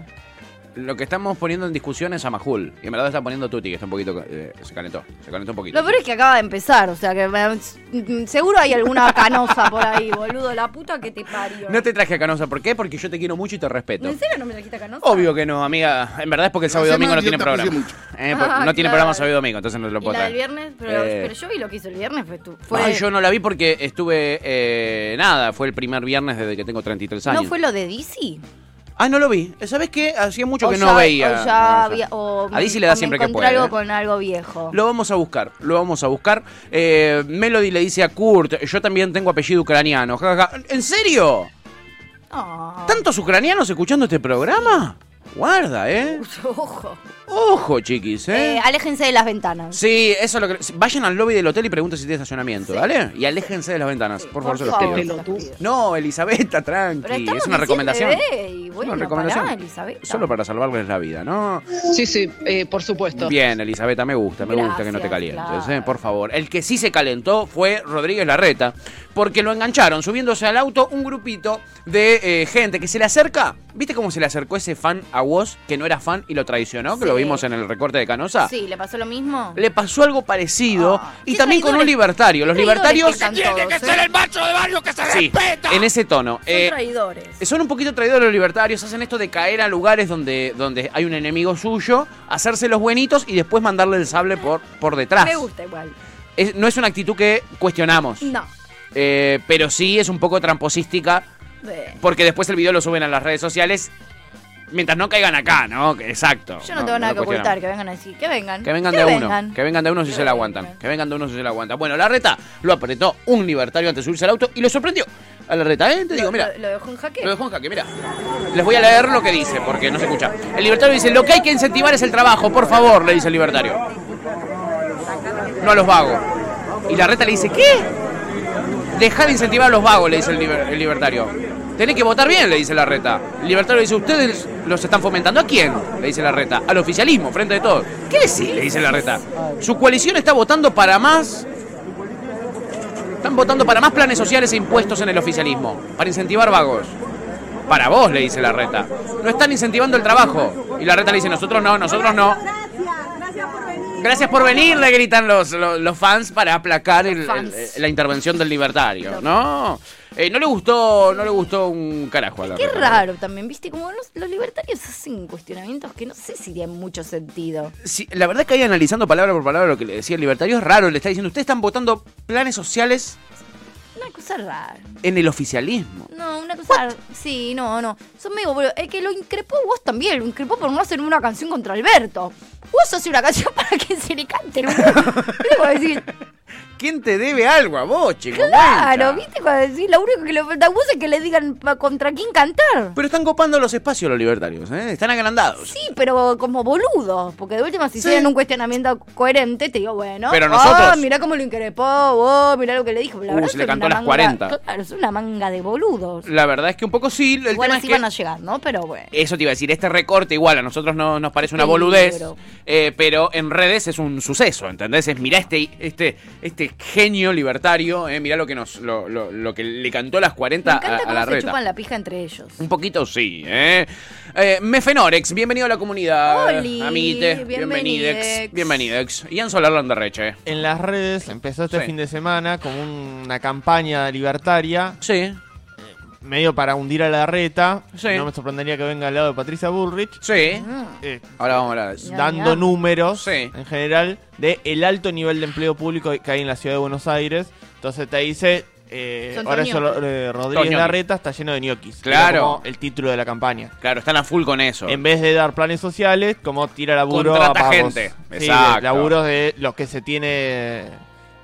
Lo que estamos poniendo en discusión es a Majul. Y en verdad está poniendo Tuti, que está un poquito. eh, se calentó. Se calentó un poquito.
Lo peor es que acaba de empezar, o sea que mm, seguro hay alguna canosa por ahí, boludo, la puta que te parió.
No te traje a Canosa. ¿por qué? Porque yo te quiero mucho y te respeto.
¿En serio no me trajiste a canosa?
Obvio que no, amiga. En verdad es porque el sábado y
Hace
domingo no
mal, yo
tiene
te
programa.
aprecio mucho.
Eh, por-
Ah,
no tiene
claro.
programa sábado y domingo, entonces no te lo
¿Y
puedo
la del
traer.
viernes? Pero,
Eh.
pero yo vi lo que hizo el viernes, fue tú. Fue,
Ay, yo no la vi porque estuve. eh, nada, fue el primer viernes desde que tengo 33
¿No
años.
fue lo de Dizzy?
Ah, no lo vi. ¿Sabes qué? Hacía mucho
O
que
ya-
no veía.
O ya
Canosa.
había, o
a Dizzy
me-
le da
o me
siempre que
encontré
puede.
algo
¿eh?
con algo viejo.
Lo vamos a buscar, lo vamos a buscar. Eh, Melody le dice a Kurt, yo también tengo apellido ucraniano. Ja, ja, ja. ¿En serio?
Ah,
¿Tantos ucranianos escuchando este programa? Guarda, ¿eh?
Ojo.
Ojo, chiquis, ¿eh?
Eh, aléjense de las ventanas.
Sí, eso es lo que... Vayan al lobby del hotel y pregunten si tiene estacionamiento, ¿vale? Y aléjense de las ventanas, por favor,
por
se los
favor.
pido.
Pelotudo.
No, Elisabetta,
Pero
tranqui.
estamos
Es una
en
recomendación.
CNB, y
es
bueno,
una recomendación.
pará, Elisabetta.
Solo para salvarles la vida, ¿no?
Sí, sí, eh, por supuesto.
Bien, Elisabetta, me gusta, me gusta que no te
Gracias,
calientes,
claro.
¿eh? por favor. El que sí se calentó fue Rodríguez Larreta, porque lo engancharon subiéndose al auto un grupito de eh, gente que se le acerca. ¿Viste cómo se le acercó ese fan a vos que no era fan y lo traicionó? Que lo
Sí.
vimos en el recorte de Canosa.
Sí, ¿le pasó lo mismo?
Le pasó algo parecido
Ah.
y
Qué
también con un
traidores.
libertario. Los
Qué
libertarios.
traidores que están Tiene que todos, ser ¿eh? el
macho de barrio que se respeta! En ese tono.
Son
Eh,
traidores.
son un poquito traidores los libertarios, hacen esto de caer a lugares donde, donde hay un enemigo suyo, hacerse los buenitos y después mandarle el sable por, por detrás.
Me gusta igual.
Es- no es una actitud que cuestionamos,
No.
eh, pero sí es un poco tramposística
Eh,
porque después el video lo suben a las redes sociales mientras no caigan acá, ¿no? Que- Exacto.
Yo no, tengo
lo
nada que ocultar,
cuestionamos.
que vengan así. Que vengan.
Que vengan de uno. Que vengan de uno si
Que
se la aguantan.
vengan.
Que vengan de uno si se la aguantan. Bueno, la reta lo apretó un libertario antes de subirse al auto y lo sorprendió. A la reta, ¿eh? Te digo,
Lo-
mira.
Lo, lo dejó en jaque.
Lo dejó en jaque, mira. Les voy a leer lo que dice, porque no se escucha. El libertario dice, lo que hay que incentivar es el trabajo, por favor, le dice el libertario. No a los vagos. Y la reta le dice, ¿qué? Deja de incentivar a los vagos, le dice el, liber- el libertario. Tenés que votar bien, le dice la reta. El libertario dice, ¿ustedes los están fomentando a quién? Le dice la reta. Al oficialismo, frente de todos. ¿Qué decís? Le dice la reta. Su coalición está votando para más están votando para más planes sociales e impuestos en el oficialismo, para incentivar vagos. Para vos, le dice la reta. No están incentivando el trabajo. Y la reta le dice, nosotros no, nosotros no. Gracias por venir, le gritan los, los, los fans para aplacar el-
fans.
el- la intervención del libertario. No, Eh, no le gustó, no le gustó un carajo a la
Qué
reta.
raro también, viste, como los, los libertarios hacen cuestionamientos que no sé si tienen mucho sentido.
Sí, la verdad que ahí analizando palabra por palabra lo que le decía el libertario es raro. Le está diciendo, ustedes están votando planes sociales
Una cosa rara.
en el oficialismo.
No, una cosa rara. Sí, no, no. Son medio boludo. El que lo increpó vos también, lo increpó por no hacer una canción contra Alberto. Vos haces una canción para que se le cante el boludo. decir,
¿Quién te debe algo a vos, chico?
claro,
Cuenta.
¿viste? Cuando decís, lo único que le falta a vos es que le digan pa- contra quién cantar.
Pero están copando los espacios los libertarios, ¿eh? Están agrandados.
Sí, pero como boludo. Porque de última, si hicieran un cuestionamiento coherente, te digo, bueno.
Pero
oh,
nosotros-
mirá cómo lo increpó, oh, mirá lo que le dijo. La
Uh,
verdad
se
es
le
que
cantó
una
a las
manga-
40.
Claro, es una manga de boludos.
La verdad es que un poco sí. El
Igual
tema es
así
que-
van a llegar, ¿no? Pero bueno.
Eso te iba a decir, este recorte igual a nosotros no, nos parece una
Peligro.
boludez, eh, pero en redes es un suceso, ¿entendés? Es mirá este, este, este genio libertario, eh, mirá lo que nos, lo, lo- lo que le cantó las
Me
40 a,
encanta
a
cómo
la
se
reta.
chupan la pija entre ellos.
Un poquito sí, ¿eh? eh Mefenorex, bienvenido a la comunidad.
Oli,
amiguite, bienvenidex.
bienvenidex.
Bienvenidex. Ian Solar Landerreche.
En las redes empezó este
Sí.
fin de semana como una campaña libertaria,
Sí,
medio para hundir a la reta.
Sí.
No me sorprendería que venga al lado de Patricia Bullrich.
sí.
Mm.
eh,
Ahora vamos a hablar de eso.
Ya,
dando
ya.
números
Sí.
en general de el alto nivel de empleo público que hay en la ciudad de Buenos Aires. Entonces te dice eh,
Son todos
Horacio
ñoquis.
eh, Rodríguez
ñoquis.
Larreta está lleno de ñoquis. Era
Claro.
como el título de la campaña.
Claro, están a full con eso.
En vez de dar planes sociales, como tira laburo
Contrata
a pagos.
gente.
Sí,
Exacto.
de laburos de los que se tiene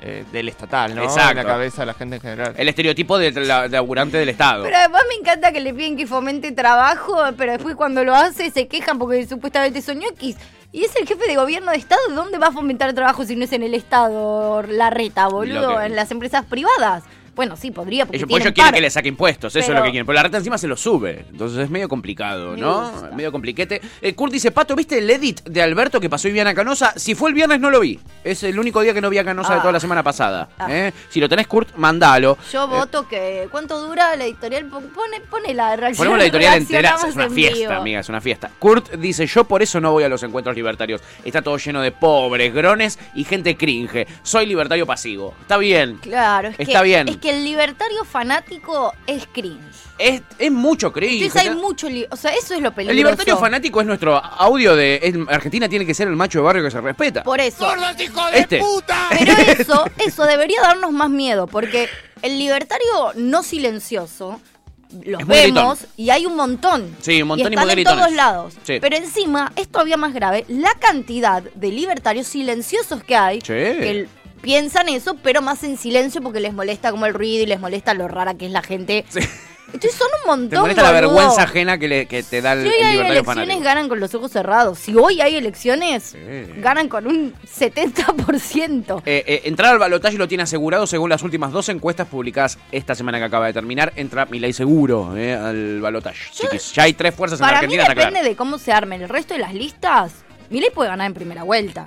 eh, del estatal, ¿no?
Exacto.
En la cabeza de la gente en general.
El estereotipo del la- laburante del Estado.
Pero además me encanta que le piden que fomente trabajo, pero después cuando lo hace se quejan porque supuestamente son ñoquis. Y es el jefe de gobierno de Estado, ¿dónde va a fomentar trabajo si no es en el Estado, la reta, boludo?
Lo que-
En las empresas privadas. Bueno, sí, podría, porque
Ellos, pues
tienen
ellos quieren
par.
que le saque impuestos, eso es
Pero-
lo que quieren. Pero la reta encima se lo sube. Entonces es medio complicado,
Me
¿no?
gusta.
Medio compliquete. Eh, Kurt dice, Pato, ¿viste el edit de Alberto que pasó Viviana Canosa? Si fue el viernes no lo vi. Es el único día que no vi a Canosa de
Ah.
toda la semana pasada.
Ah.
¿eh? Si lo tenés, Kurt, mandalo.
Yo voto que... ¿Cuánto dura la editorial? Pon- Pone, pone la reacción.
Ponemos la editorial entera,
reaccionamos
es una
en
fiesta,
vivo.
amiga, es una fiesta. Kurt dice, yo por eso no voy a los encuentros libertarios. Está todo lleno de pobres, grones y gente cringe. Soy libertario pasivo. Está bien.
Claro, es
Está
que,
bien.
Es que el libertario fanático es cringe.
Es, es mucho cringe.
Entonces hay
¿no?
mucho... li- O sea, eso es lo peligroso.
El libertario fanático es nuestro audio de es- Argentina tiene que ser el macho de barrio que se respeta.
Por eso.
este.
Pero eso, eso debería darnos más miedo, porque el libertario no silencioso, los
Es muy
vemos
gritón.
y hay un montón.
Sí, un montón y
y están
muy
en
gritones.
todos lados.
Sí.
Pero encima, es todavía más grave, la cantidad de libertarios silenciosos que hay
Sí.
que l- piensan eso, pero más en silencio porque les molesta como el ruido y les molesta lo rara que es la gente.
Sí.
Entonces son un montón
Te molesta la
boludo.
vergüenza ajena que, le- que te da el,
Si hoy
el
hay
libertario
elecciones,
fanático.
ganan con los ojos cerrados. Si hoy hay elecciones,
Sí.
ganan con un 70%.
Eh, eh, entrar al balotaje lo tiene asegurado según las últimas dos encuestas publicadas esta semana que acaba de terminar. Entra Milei seguro eh, al balotaje. Chiquis, ya hay tres fuerzas en la
Para mí
Argentina. está
depende
claro.
de cómo se armen el resto de las listas. Milei puede ganar en primera vuelta.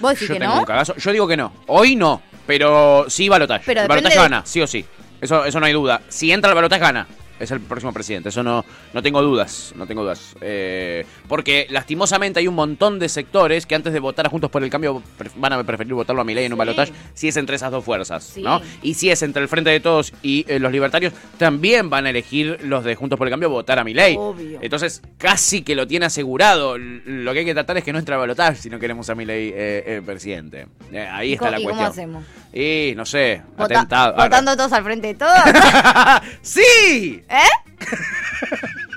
Vos decís
Yo
que
tengo
no.
un cagazo. Yo digo que no. Hoy no, pero sí balotaje.
Pero
el
depende
balotaje
de-
gana, sí o sí. Eso, eso no hay duda. Si entra el balotaje gana. Es el próximo presidente. Eso no, no tengo dudas. No tengo dudas. Eh, porque lastimosamente hay un montón de sectores que antes de votar a Juntos por el Cambio pref- van a preferir votarlo a Milei en un
Sí.
balotaje si es entre esas dos fuerzas,
Sí.
¿no? Y si es entre el Frente de Todos y eh, los Libertarios, también van a elegir los de Juntos por el Cambio votar a Milei.
Obvio.
Entonces, casi que lo tiene asegurado. L- Lo que hay que tratar es que no entre a balotaje si no queremos a Milei eh, eh, presidente. Eh, ahí
¿Y
está
co-
la
y
cuestión.
cómo hacemos?
Y, no sé,
Vota-
atentado. Ah,
votando todos al frente de todos.
¡Sí!
¿Eh?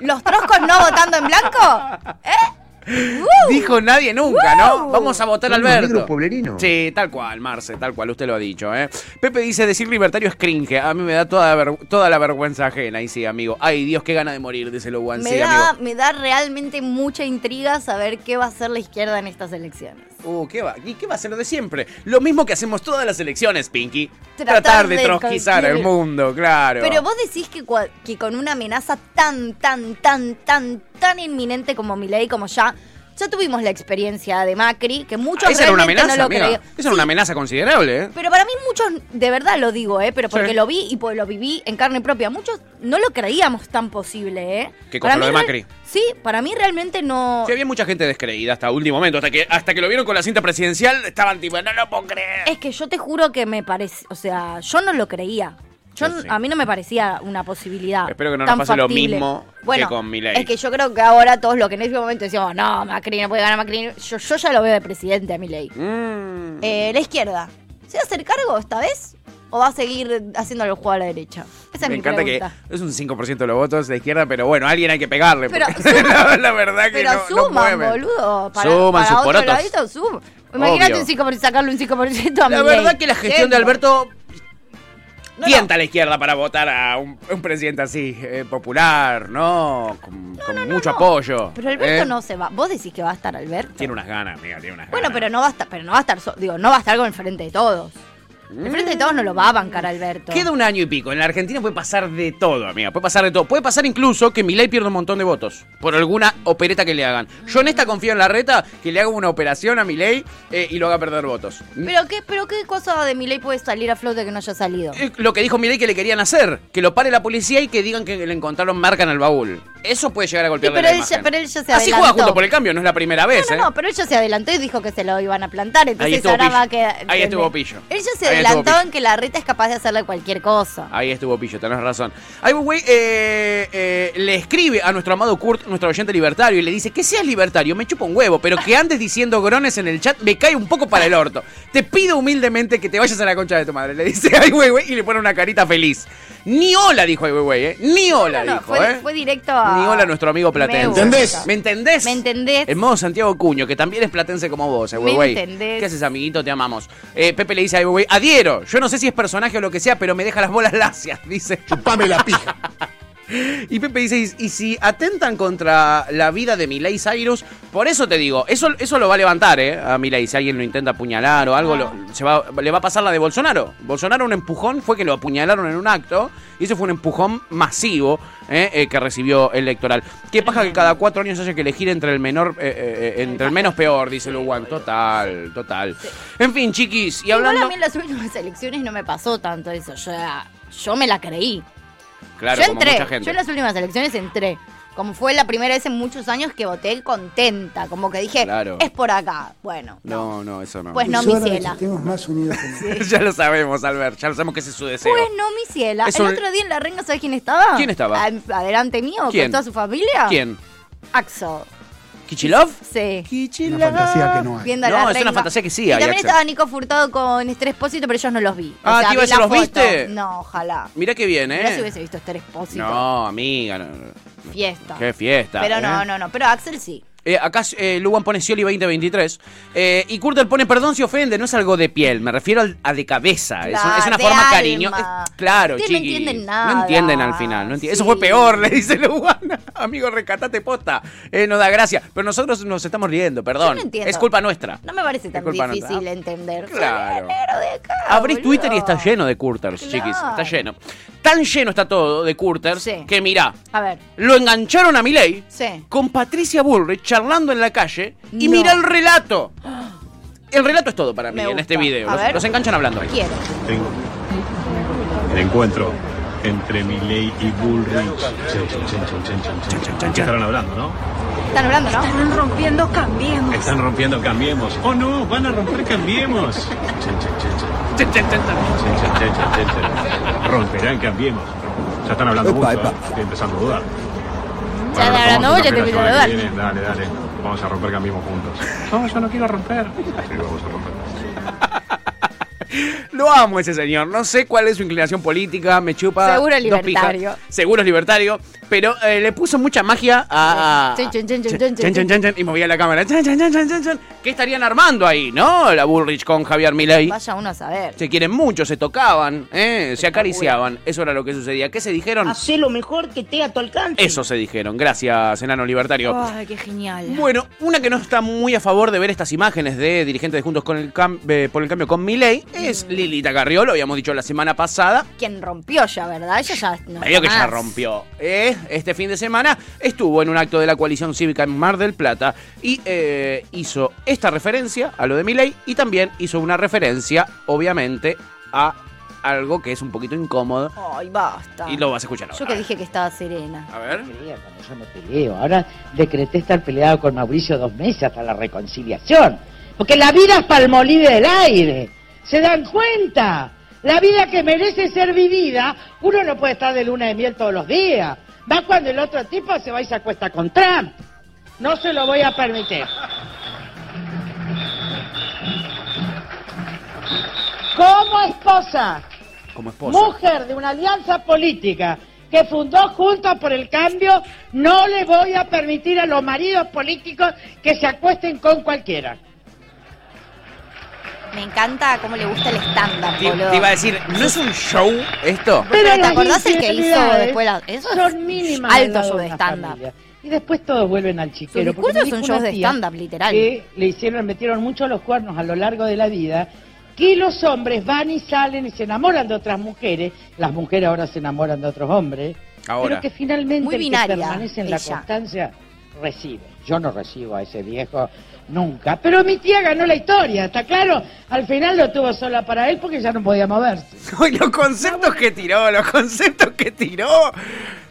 ¿Los troscos no votando en blanco? ¿Eh? ¡Uh!
Dijo nadie nunca, ¿no?
¡Wow!
Vamos a votar a
Somos
Alberto.
negros pueblerinos.
Sí, tal cual, Marce, tal cual, usted lo ha dicho, ¿eh? Pepe dice, decir libertario es cringe, a mí me da toda, ver- toda la vergüenza ajena, y sí, amigo. Ay, Dios, qué gana de morir, dice Luan,
me,
sí,
da,
amigo.
me da realmente mucha intriga saber qué va a hacer la izquierda en estas elecciones.
Uh, ¿qué va? ¿Y qué va a ser lo de siempre? Lo mismo que hacemos todas las elecciones, Pinky. Tratar,
Tratar
de,
de
trotskizar al
conseguir-
mundo, claro.
Pero vos decís que, cua- que con una amenaza tan, tan, tan, tan, tan inminente como Milei, como ya, ya tuvimos la experiencia de Macri, que muchos
Ah, Esa era una
realmente
amenaza,
no lo
amiga.
creían.
Esa era una amenaza considerable, ¿eh?
Pero para mí muchos, de verdad lo digo, ¿eh? pero porque
Sí.
lo vi y pues lo viví en carne propia, muchos no lo creíamos tan posible. ¿eh?
¿Qué cosa,
Para
lo
mí
de
real-
Macri?
Sí, para mí realmente no...
Sí, había mucha gente descreída hasta último momento, hasta que, hasta que lo vieron con la cinta presidencial, estaban tipo, no lo puedo creer.
Es que yo te juro que me parece, o sea, yo no lo creía. Yo,
Yo sí.
A mí no me parecía una posibilidad.
Espero que no nos
tan
pase lo
factible.
mismo que
bueno,
con Milei.
Es que yo creo que ahora todos los que en ese momento decíamos, no, Macri no puede ganar Macri. Yo, yo ya lo veo de presidente a Milei.
Mm.
Eh, la izquierda, ¿se va a hacer cargo esta vez? o va a seguir haciéndole el juego a la derecha? Esa es
Me
mi
encanta
pregunta.
que es un 5% de los votos de izquierda, pero bueno, alguien hay que pegarle.
Pero
porque la, la verdad que
Pero
no, no
suman,
mueven.
boludo. Para,
Suman
para
sus
otro
porotos.
ladito, sub. Imagínate
Obvio.
un 5%, sacarle un 5% a
La
Milei.
verdad que la gestión de
Siempre.
Alberto tienta a la izquierda para votar a un, un presidente así, eh, popular, ¿no? Con, con mucho apoyo.
Pero Alberto
¿eh?
no se va. Vos decís que va a estar Alberto.
Tiene unas ganas, amiga, tiene unas
Bueno,
ganas.
pero no va a estar, pero no va a estar, so- digo, no va a estar con el frente de todos. El frente de todos no lo va a bancar Alberto.
Mm. Queda un año y pico. En la Argentina puede pasar de todo, amiga. Puede pasar de todo. Puede pasar incluso que Milei pierda un montón de votos por alguna opereta que le hagan. Yo en esta confío en la reta que le haga una operación a Milei eh, y lo haga perder votos.
Pero qué, pero qué cosa de Milei puede salir a flote que no haya salido.
Eh, Lo que dijo Milei que le querían hacer, que lo pare la policía y que digan que le encontraron marca en el baúl. Eso puede llegar a
Sí,
golpear
pero,
la
él ya,
imagen.
pero él ya se
Así
adelantó.
juega junto por el cambio, no es la primera vez,
No,
¿eh?
no, pero él ya se adelantó y dijo que se lo iban a plantar,
Ahí
entonces
estuvo
ahora
pillo.
va a quedar.
Ahí
¿entendés?
estuvo pillo.
Él ya se
Ahí estuvo
adelantó
pillo.
en que la reta es capaz de hacerle cualquier cosa.
Ahí estuvo Pillo, tenés razón. Ai Weiwei eh, eh, le escribe a nuestro amado Kurt, nuestro oyente libertario, y le dice que seas libertario, me chupa un huevo, pero que andes diciendo grones en el chat me cae un poco para el orto. Te pido humildemente que te vayas a la concha de tu madre. Le dice Ai Weiwei y le pone una carita feliz. Ni hola, dijo Ai Weiwei, ¿eh? Ni hola,
No, no,
dijo,
fue,
¿eh?
fue directo a.
Ni hola, nuestro amigo
Me
platense.
gusta.
¿Entendés?
¿Me entendés?
¿Me entendés?
En modo Santiago Cuño, que también es platense como vos, eh,
¿Me
güey, güey.
entendés?
¿Qué haces, amiguito? Te amamos. Eh, Pepe le dice a güey, adhiero. Yo no sé si es personaje o lo que sea, pero me deja las bolas lacias, dice.
Chupame la pija.
Y Pepe dice, y si atentan contra la vida de Milei Cyrus, por eso te digo, eso, eso lo va a levantar, ¿eh? A Milei, si alguien lo intenta apuñalar o algo, lo- se va, le va a pasar la de Bolsonaro. Bolsonaro un empujón fue que lo apuñalaron en un acto, y eso fue un empujón masivo ¿eh? Eh, que recibió el electoral. Qué paja que cada cuatro años haya que elegir entre el menor, eh, eh, eh, entre el menos peor, dice Luguan. Total, total. En fin, chiquis, y
Igual a
hablando...
mí en las últimas elecciones no me pasó tanto eso. Yo, era- yo me la creí.
Claro,
yo
como
entré.
mucha gente.
Yo en las últimas elecciones entré. Como fue la primera vez en muchos años que voté contenta. Como que dije,
Claro.
es por acá. Bueno,
No, no, eso no.
pues no, mi ciela.
Estemos más unidos que nunca.
ya lo sabemos, Albert, ya lo sabemos que ese es su deseo.
Pues no, mi ciela.
Es
El
un-
otro día en la renga, ¿sabes quién estaba?
¿Quién estaba?
Ad- adelante mío,
¿Quién?
con toda su familia.
¿Quién?
Axel.
¿Kichilov?
Sí.
Kichilov.
Una fantasía que no hay.
Viendo
No,
la
es una
renga.
fantasía que sí
Y
hay,
también
Axel.
estaba Nico Furtado con Esther Espósito, pero yo no los vi. O
Ah, te iba
sea,
a
vi
decir,
la
¿los
foto.
viste?
No, ojalá.
Mirá que bien,
Mirá si hubiese
¿eh?
visto Esther Espósito.
No, amiga. no, no.
Fiesta.
Qué fiesta.
Pero no,
¿eh?
no, no. Pero Axel sí.
Eh, acá eh, Luan pone Scioli 2023. Eh, y Kurtel pone, perdón si ofende, no es algo de piel, me refiero al- a de cabeza. es un-
Claro,
es una
Ah, de
forma
alma.
cariñosa. Claro,
Ustedes no
chiqui.
entienden nada.
No entienden al final. no enti- Eso
Sí.
fue peor, le dice Luan. Amigo, rescatate posta. Eh, no da gracia. Pero nosotros nos estamos riendo, perdón.
Yo no entiendo.
Es culpa nuestra.
No me parece tan
culpa nuestra.
difícil entender.
Claro.
Soy negro de acá,
Abrís
boludo.
Twitter y está lleno de curters,
Claro.
chiquis. Está lleno. Tan lleno está todo de curters
Sí.
que mirá,
A ver.
lo engancharon a Milei
Sí.
con Patricia Bullrich charlando en la calle y
No.
mirá el relato. El relato es todo para mí
Me
en este
gusta.
video.
A
Los,
ver.
los enganchan hablando.
Quiero.
Tengo el encuentro entre Milei y Bullrich. Chan, chan, chan, chan, chan, chan, chan, chan, chan. Estaban hablando, ¿no?
Están hablando, ¿no?
Están rompiendo Cambiemos. ¡Oh no! ¡Van a romper Cambiemos! Chan, chan, chan, chan. Chan, chan, chan, chan, chan, chan. Romperán Cambiemos. Ya están hablando
Epa,
mucho,
epa.
¿eh? Estoy empezando a dudar.
Ya están hablando
vamos a
mucho, te
romper
empiezo a
la semana
dudar.
que viene. Dale, dale. Vamos a romper Cambiemos juntos. No, yo no quiero romper. Sí, vamos a romper.
Lo amo ese señor. No sé cuál es su inclinación política. Me chupa.
Seguro es
dos pijas.
libertario.
Seguro es libertario. Pero eh, le puso mucha magia a. a-
Sí, chan, chan,
Chan,
chan, chan,
chan,
chan.
chan, chan, Y movía la cámara. Chan, chan, chan, chan, chan, chan. ¿Qué estarían armando ahí, no? La Bullrich con Javier Milei.
Vaya uno a saber.
Se quieren mucho, se tocaban, ¿eh? se acariciaban. Eso era lo que sucedía. ¿Qué se dijeron?
Hacé lo mejor que te a tu alcance.
Eso se dijeron. Gracias, enano libertario.
Ay, qué genial.
Bueno, una que no está muy a favor de ver estas imágenes de dirigentes de Juntos con el Cam- eh, por el Cambio con Milei es Lilita Carrió, lo habíamos dicho la semana pasada.
Quien rompió ya, ¿verdad? Ella ya. No
Medio que
está
ya
más.
rompió. ¿eh? Este fin de semana estuvo en un acto de la coalición cívica en Mar del Plata y eh, hizo esta referencia a lo de Milei y también hizo una referencia, obviamente, a algo que es un poquito incómodo
Ay, basta.
y lo vas a escuchar ahora.
Yo que dije que estaba serena.
A ver.
pelea cuando yo me peleo. Ahora decreté estar peleado con Mauricio dos meses hasta la reconciliación. Porque la vida es palmolive del aire. ¿Se dan cuenta? La vida que merece ser vivida, uno no puede estar de luna de miel todos los días. Va cuando el otro tipo se va y se acuesta con Trump. No se lo voy a permitir. Como esposa,
como esposa.
Mujer de una alianza política que fundó Juntos por el Cambio, no le voy a permitir a los maridos políticos que se acuesten con cualquiera.
Me encanta cómo le gusta el estándar,
Te,
boludo.
te iba a decir, ¿no es un show esto?
Pero ¿Te
las
acordás el que hizo
infidelidades
después la- Eso es
son mínimas al
alto
lado
show
de
de
una
stand-up.
familia. Y después todos vuelven al chiquero.
Sus
porque me
discursos son
dijo
shows
una
de
tía
stand-up, literal.
Que le hicieron, metieron mucho los cuernos a lo largo de la vida. Que los hombres van y salen y se enamoran de otras mujeres. Las mujeres ahora se enamoran de otros hombres.
Ahora.
Pero que finalmente
Muy
el que
binaria,
permanece en la
ella.
constancia recibe. Yo no recibo a ese viejo nunca. Pero mi tía ganó la historia, ¿está claro? Al final lo tuvo sola para él porque ya no podía moverse.
Uy, los
Ah,
conceptos que tiró, los conceptos que tiró.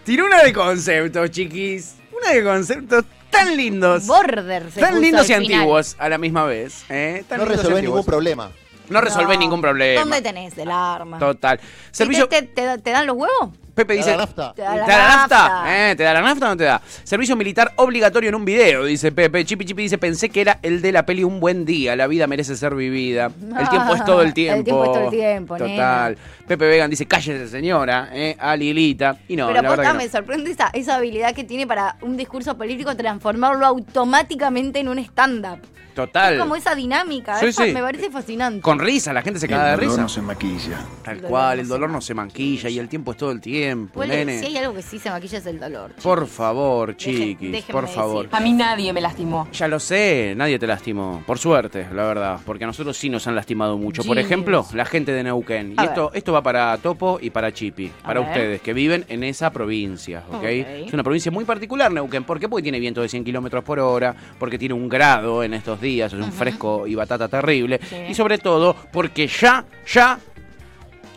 Tiró una de conceptos, chiquis. Una de conceptos tan lindos.
Border se puso
Tan lindos
al
y
final.
antiguos a la misma vez. ¿eh? Tan
No
lindos y
resolvés
antiguos.
ningún problema.
No resolvés
No.
ningún problema.
¿Dónde tenés el arma?
Total. Servicio.
¿Te, te, te dan los huevos?
Pepe dice.
La nafta.
¿Te
Te da la,
da la
nafta.
nafta? ¿Eh? ¿Te da la nafta o no te da? Servicio militar obligatorio en un video, dice Pepe. Chipi Chipi dice, pensé que era el de la peli Un Buen Día, la vida merece ser vivida. El tiempo es todo el
El
tiempo.
tiempo es todo el tiempo,
Total. Pepe Vegan dice, cállese señora, ¿eh? a Lilita. Y no,
Pero
la verdad
posta,
que no.
me sorprende esa, esa habilidad que tiene para un discurso político transformarlo automáticamente en un stand-up.
Total.
Es como esa dinámica,
Sí,
esa
sí.
me parece fascinante.
Con risa, la gente se caga de risa.
maquilla.
Tal
El dolor
cual,
no
el
se
dolor no se manquilla y el tiempo es todo el tiempo,
Igual,
nene.
Si hay algo que sí se maquilla es el dolor.
Por favor,
Dejen-
chiquis,
déjenme
por favor.
A mí nadie me lastimó.
Ya lo sé, nadie te lastimó. Por suerte, la verdad, porque a nosotros sí nos han lastimado mucho. Por
Genios.
ejemplo, la gente de Neuquén.
A
y esto, esto va para Topo y para Chipi,
A
para
ver.
ustedes que viven en esa provincia, ¿ok?
Ok.
Es una provincia muy particular, Neuquén. ¿Por qué? Porque tiene viento de 100 kilómetros por hora, porque tiene un grado en estos días, es un fresco y batata terrible.
Sí.
Y sobre todo, porque ya, ya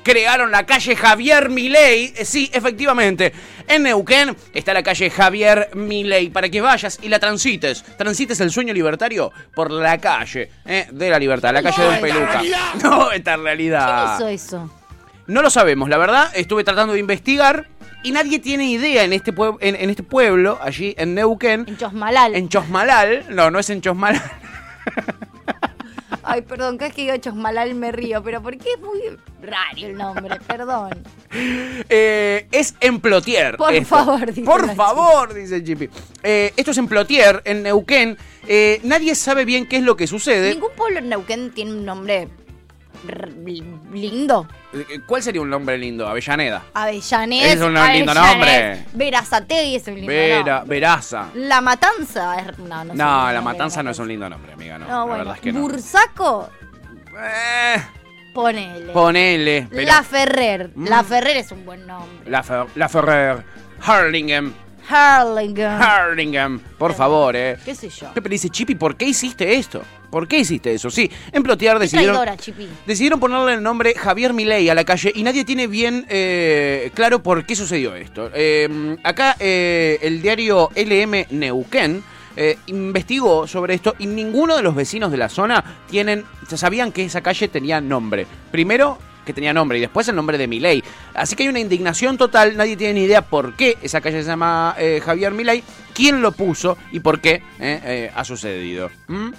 crearon la calle Javier Milei. Eh, Sí, efectivamente. En Neuquén está la calle Javier Milei para que vayas y la transites. Transites el sueño libertario por la calle eh, de la libertad, la calle de un peluca. No, esta
¿Quién
realidad.
hizo eso?
No lo sabemos, la verdad. Estuve tratando de investigar y nadie tiene idea en este, pue- en, en este pueblo, allí en Neuquén,
En Chosmalal.
en Chosmalal. No, no es en Chosmalal.
Ay, perdón, cada vez que digo Chosmalal me río, pero ¿por qué es muy raro el nombre? Perdón.
Eh, es en Plotier.
Por favor, dice
Por
Nachi.
favor, dice Chipi. Eh, esto es en Plotier, en Neuquén. Eh, nadie sabe bien qué es lo que sucede.
Ningún pueblo en Neuquén tiene un nombre r- lindo.
Eh, ¿Cuál sería un nombre lindo? Avellaneda.
Avellanés.
Es un lindo
Avellanés,
nombre.
Verazategui es un lindo
Vera,
nombre.
Veraza.
La Matanza es... No, no, es un lindo
No, La
nombre,
Matanza no es un lindo nombre, amiga. No,
No,
la
bueno.
verdad es que no.
Bursaco,
Eh,
ponele.
ponele. pero- Mm.
La Ferrer. La Ferrer es un buen nombre.
La, Fer- la Ferrer. Harlingham.
Harlingen.
Harlingham. Por favor, eh.
¿Qué sé yo?
Pepe le dice, Chipi, ¿por qué hiciste esto? ¿Por qué hiciste eso? Sí, en Plotier
Qué
decidieron...
traidora, Chipi.
Decidieron ponerle el nombre Javier Milei a la calle y nadie tiene bien eh, claro por qué sucedió esto. Eh, acá eh, el diario LM Neuquén eh, investigó sobre esto y ninguno de los vecinos de la zona tienen, ya sabían que esa calle tenía nombre. Primero que tenía nombre y después el nombre de Milei. Así que hay una indignación total, nadie tiene ni idea por qué esa calle se llama eh, Javier Milei, quién lo puso y por qué eh, eh, ha sucedido. ¿Mm?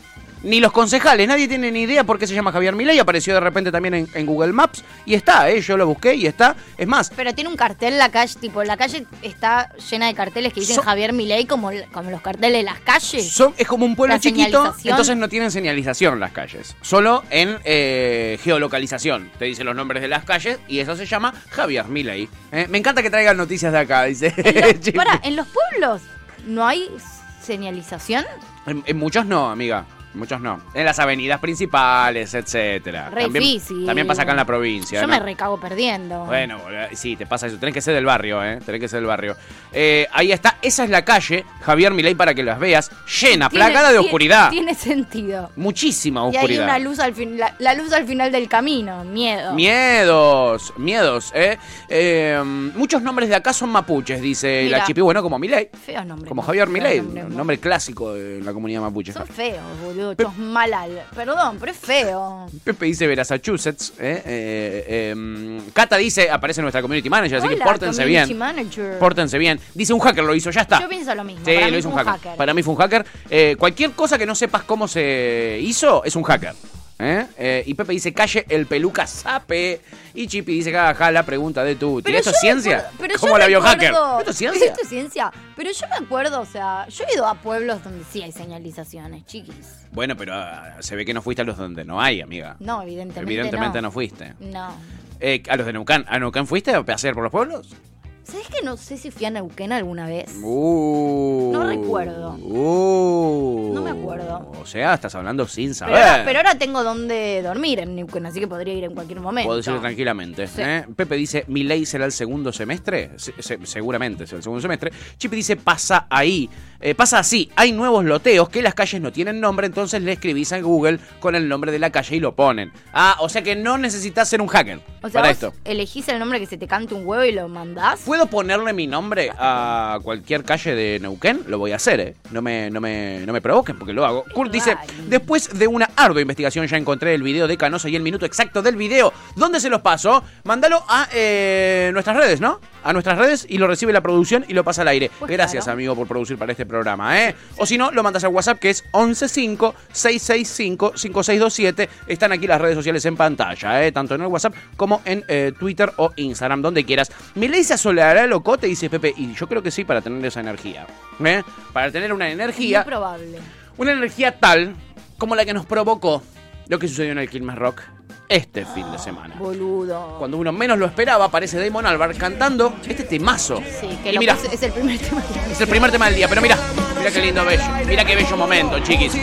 Ni los concejales, nadie tiene ni idea por qué se llama Javier Milei, apareció de repente también en, en Google Maps y está, ¿eh? yo lo busqué y está. Es más,
Pero tiene un cartel en la calle, tipo, la calle está llena de carteles que dicen
So-
Javier Milei como, como los carteles de las calles.
son, es como un pueblo
La
chiquito,
señalización.
entonces no tienen señalización las calles, solo en eh, geolocalización. Te dicen los nombres de las calles y eso se llama Javier Milei. ¿eh? Me encanta que traigan noticias de acá, dice.
En los,
Chiqui.
pará, eh. en los pueblos no hay señalización.
En, en muchos no, amiga. en Muchos no. En las avenidas principales, etcétera.
Re
Ah, también,
difícil.
también pasa acá en la provincia.
Yo
¿no?
me recago perdiendo.
Bueno, boludo, sí, te pasa eso. Tenés que ser del barrio, ¿eh? Tenés que ser del barrio. Eh, ahí está. Esa es la calle, Javier Milei, para que las veas. Llena,
Tiene-
plagada de
tiene-
oscuridad.
Tiene sentido.
Muchísima
Y hay
oscuridad.
una luz al fin, la, la luz al final del camino, miedo.
Miedos, miedos, ¿eh? Eh, Muchos nombres de acá son mapuches, dice
Mira.
la chipi. Bueno, como Milei.
Feos nombres.
Como
¿no?
Javier
Feos
Milei,
nombres,
un
¿no?
nombre clásico de la comunidad mapuche.
Son feos, boludo. Chosmalal. Perdón, pero es feo.
Pepe dice Massachusetts. ¿eh? Eh, eh, Cata dice, aparece nuestra community manager, así que
Hola,
pórtense
community
bien.
manager.
Pórtense bien. Dice un hacker lo hizo, ya está.
Yo pienso lo mismo.
Sí,
Para mí
lo
fue
hizo un
un
hacker.
hacker.
Para mí fue un hacker. Eh, cualquier cosa que no sepas cómo se hizo es un hacker. ¿eh? Eh, y Pepe dice, calle el peluca sape. Y Chipi dice, jajaja, la pregunta de tu tío. ¿Esto es
yo me
ciencia?
acuerdo- pero yo
¿Cómo la
me
vio hacker?
acuerdo-
¿Esto es ciencia?
Esto es ciencia. Pero yo me acuerdo, o sea, yo he ido a pueblos donde sí hay señalizaciones, chiquis.
Bueno, pero ah, se ve que no fuiste a los donde no hay, amiga.
No, evidentemente,
Evidentemente no,
no.
fuiste.
No.
Eh, a los de Neuquén. ¿A Neuquén fuiste a pasear por los pueblos?
¿Sabes que no sé si fui a Neuquén alguna vez?
Uh,
No recuerdo.
uh.
No me acuerdo.
O sea, estás hablando sin
Pero ahora,
saber.
pero ahora tengo donde dormir en Neuquén, así que podría ir en cualquier momento.
Puedo decirlo tranquilamente.
Sí.
¿eh? Pepe dice, ¿mi ley será el segundo semestre? Se- se- seguramente será el segundo semestre. Chipi dice, pasa ahí. Eh, pasa así, hay nuevos loteos que las calles no tienen nombre, entonces le escribís a Google con el nombre de la calle y lo ponen. Ah, o sea que no necesitas ser un hacker
O sea,
para
vos
esto.
elegís el nombre que se te cante un huevo y lo mandás.
¿Puedo ponerle mi nombre a cualquier calle de Neuquén? Lo voy a hacer, ¿eh? No me, no me, no me provoquen porque lo hago. Kurt dice, después de una ardua investigación ya encontré el video de Canosa y el minuto exacto del video. ¿Dónde se los paso? Mándalo a eh, nuestras redes, ¿no? A nuestras redes y lo recibe la producción y lo pasa al aire.
Pues
Gracias,
claro.
amigo, por producir para este programa, ¿eh? O si no, lo mandas al WhatsApp que es 115-665-5627. Están aquí las redes sociales en pantalla, ¿eh? Tanto en el WhatsApp como en eh, Twitter o Instagram, donde quieras. Milei se asoleará el locote, dice Pepe, y yo creo que sí, para tener esa energía, ¿eh? Para tener una
Muy
energía,
probable.
una energía tal como la que nos provocó lo que sucedió en el Quilmes Rock este fin de semana.
Ah, Boludo.
Cuando uno menos lo esperaba, aparece Damon Alvar cantando este temazo.
Sí, que
Y
lo
mira.
puse- es el primer tema que
Es el primer tema del día, pero mira, mira qué lindo bello, mira qué bello momento, chiquis.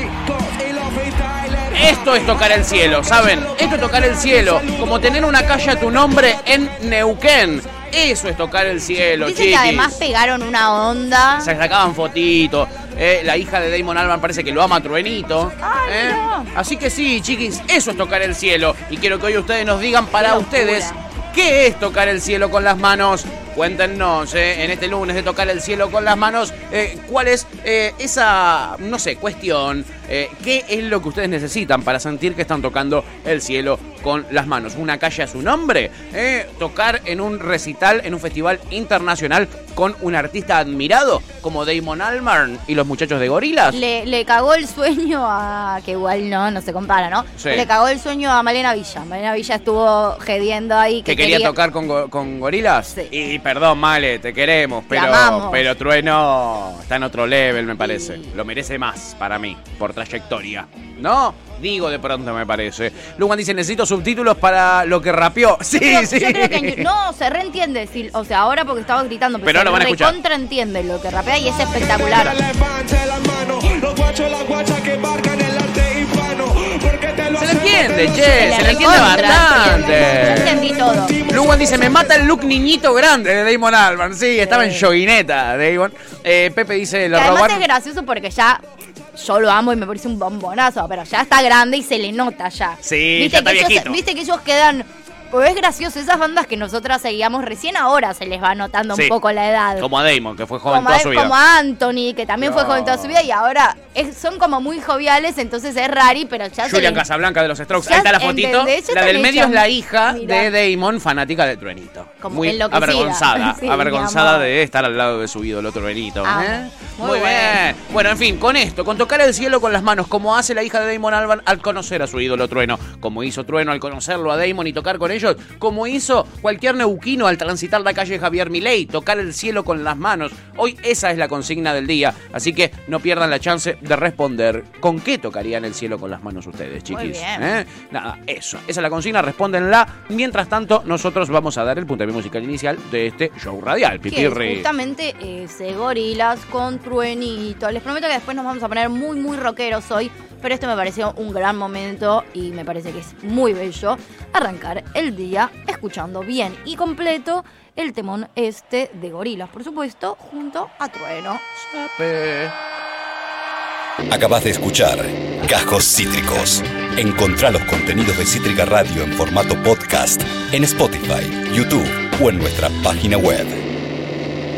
Esto es tocar el cielo, ¿saben? Esto es tocar el cielo, como tener una calle a tu nombre en Neuquén. Eso es tocar el cielo,
Dicen que
chiquis.
además pegaron una onda.
Se sacaban fotitos. eh, la hija de Damon Alban parece que lo ama a Truenito. ¿eh? Así que sí, chiquis, eso es tocar el cielo. Y quiero que hoy ustedes nos digan para ustedes qué es tocar el cielo con las manos. Cuéntenos eh, en este lunes de tocar el cielo con las manos, eh, cuál es eh, esa, no sé, cuestión, eh, qué es lo que ustedes necesitan para sentir que están tocando el cielo con las manos. Una calle a su nombre, eh, tocar en un recital, en un festival internacional con un artista admirado como Damon Almarn y los muchachos de Gorilas.
Le, le cagó el sueño a. que igual no, no se compara, ¿no?
Sí.
Le cagó el sueño a Malena Villa. Malena Villa estuvo gediendo ahí.
que quería, tocar con, go- con gorilas. Y perdón, Male, te queremos, pero,
amamos.
pero Trueno está en otro level, me parece. Lo merece más para mí, por trayectoria. ¿No? Digo de pronto, me parece. Lugan dice, necesito subtítulos para lo que rapeó. Sí,
Pero
sí.
Yo creo que en- no, se reentiende. si- o sea, ahora porque estaba gritando, pero,
Pero
se
lo van a escuchar.
recontraentiende lo que rapea y es espectacular.
Se le entiende, che, se le entiende
recontra, Yo
bastante.
entendí todo.
Lugan dice, me mata el look niñito grande de Damon Albarn. Sí, estaba en joguineta, Damon. Eh, Pepe dice,
Que
le
además
robaron...
es gracioso porque ya. Yo lo amo y me parece un bombonazo, pero ya está grande y se le nota ya.
Sí, ya está
que
viejito.
ellos, viste que ellos quedan. Pues es gracioso, esas bandas que nosotras seguíamos recién ahora se les va notando
Sí.
un poco la edad.
Como a Damon, que fue joven
como,
toda
a-
su vida.
como a Anthony, que también fue
No.
joven toda su vida y ahora es- son como muy joviales, entonces es rari, pero ya se
Julian
les-
Casablanca de los Strokes.
Ya
Ahí está la
entendés,
fotito.
ya
La
están
del medio
hechos.
es la hija
Mirá.
de Damon, fanática de Truenito.
Como
Muy
enloquecida.
avergonzada.
Sí, mi
avergonzada
amor.
de estar al lado de su ídolo Truenito.
Amo.
¿eh?
Muy
Muy, bien. Bueno, en fin, con esto, con tocar el cielo con las manos, como hace la hija de Damon Alban al conocer a su ídolo Trueno, como hizo Trueno al conocerlo a Damon y tocar con ellos, como hizo cualquier neuquino al transitar la calle Javier Milei, tocar el cielo con las manos. Hoy esa es la consigna del día, así que no pierdan la chance de responder con qué tocarían el cielo con las manos ustedes, chiquis.
bien.
¿eh? Nada, eso. Esa es la consigna, respóndenla. Mientras tanto, nosotros vamos a dar el puntapié musical inicial de este show radial,
Que es
Pipirri.
justamente eh, ese gorilas con truenito. Les prometo que después nos vamos a poner muy, muy rockeros hoy, pero este me pareció un gran momento y me parece que es muy bello arrancar el día escuchando bien y completo el temón este de gorilas, por supuesto, junto a trueno.
Acabas de escuchar Cajos Cítricos. Encontrá los contenidos de Cítrica Radio en formato podcast en Spotify, YouTube o en nuestra página web.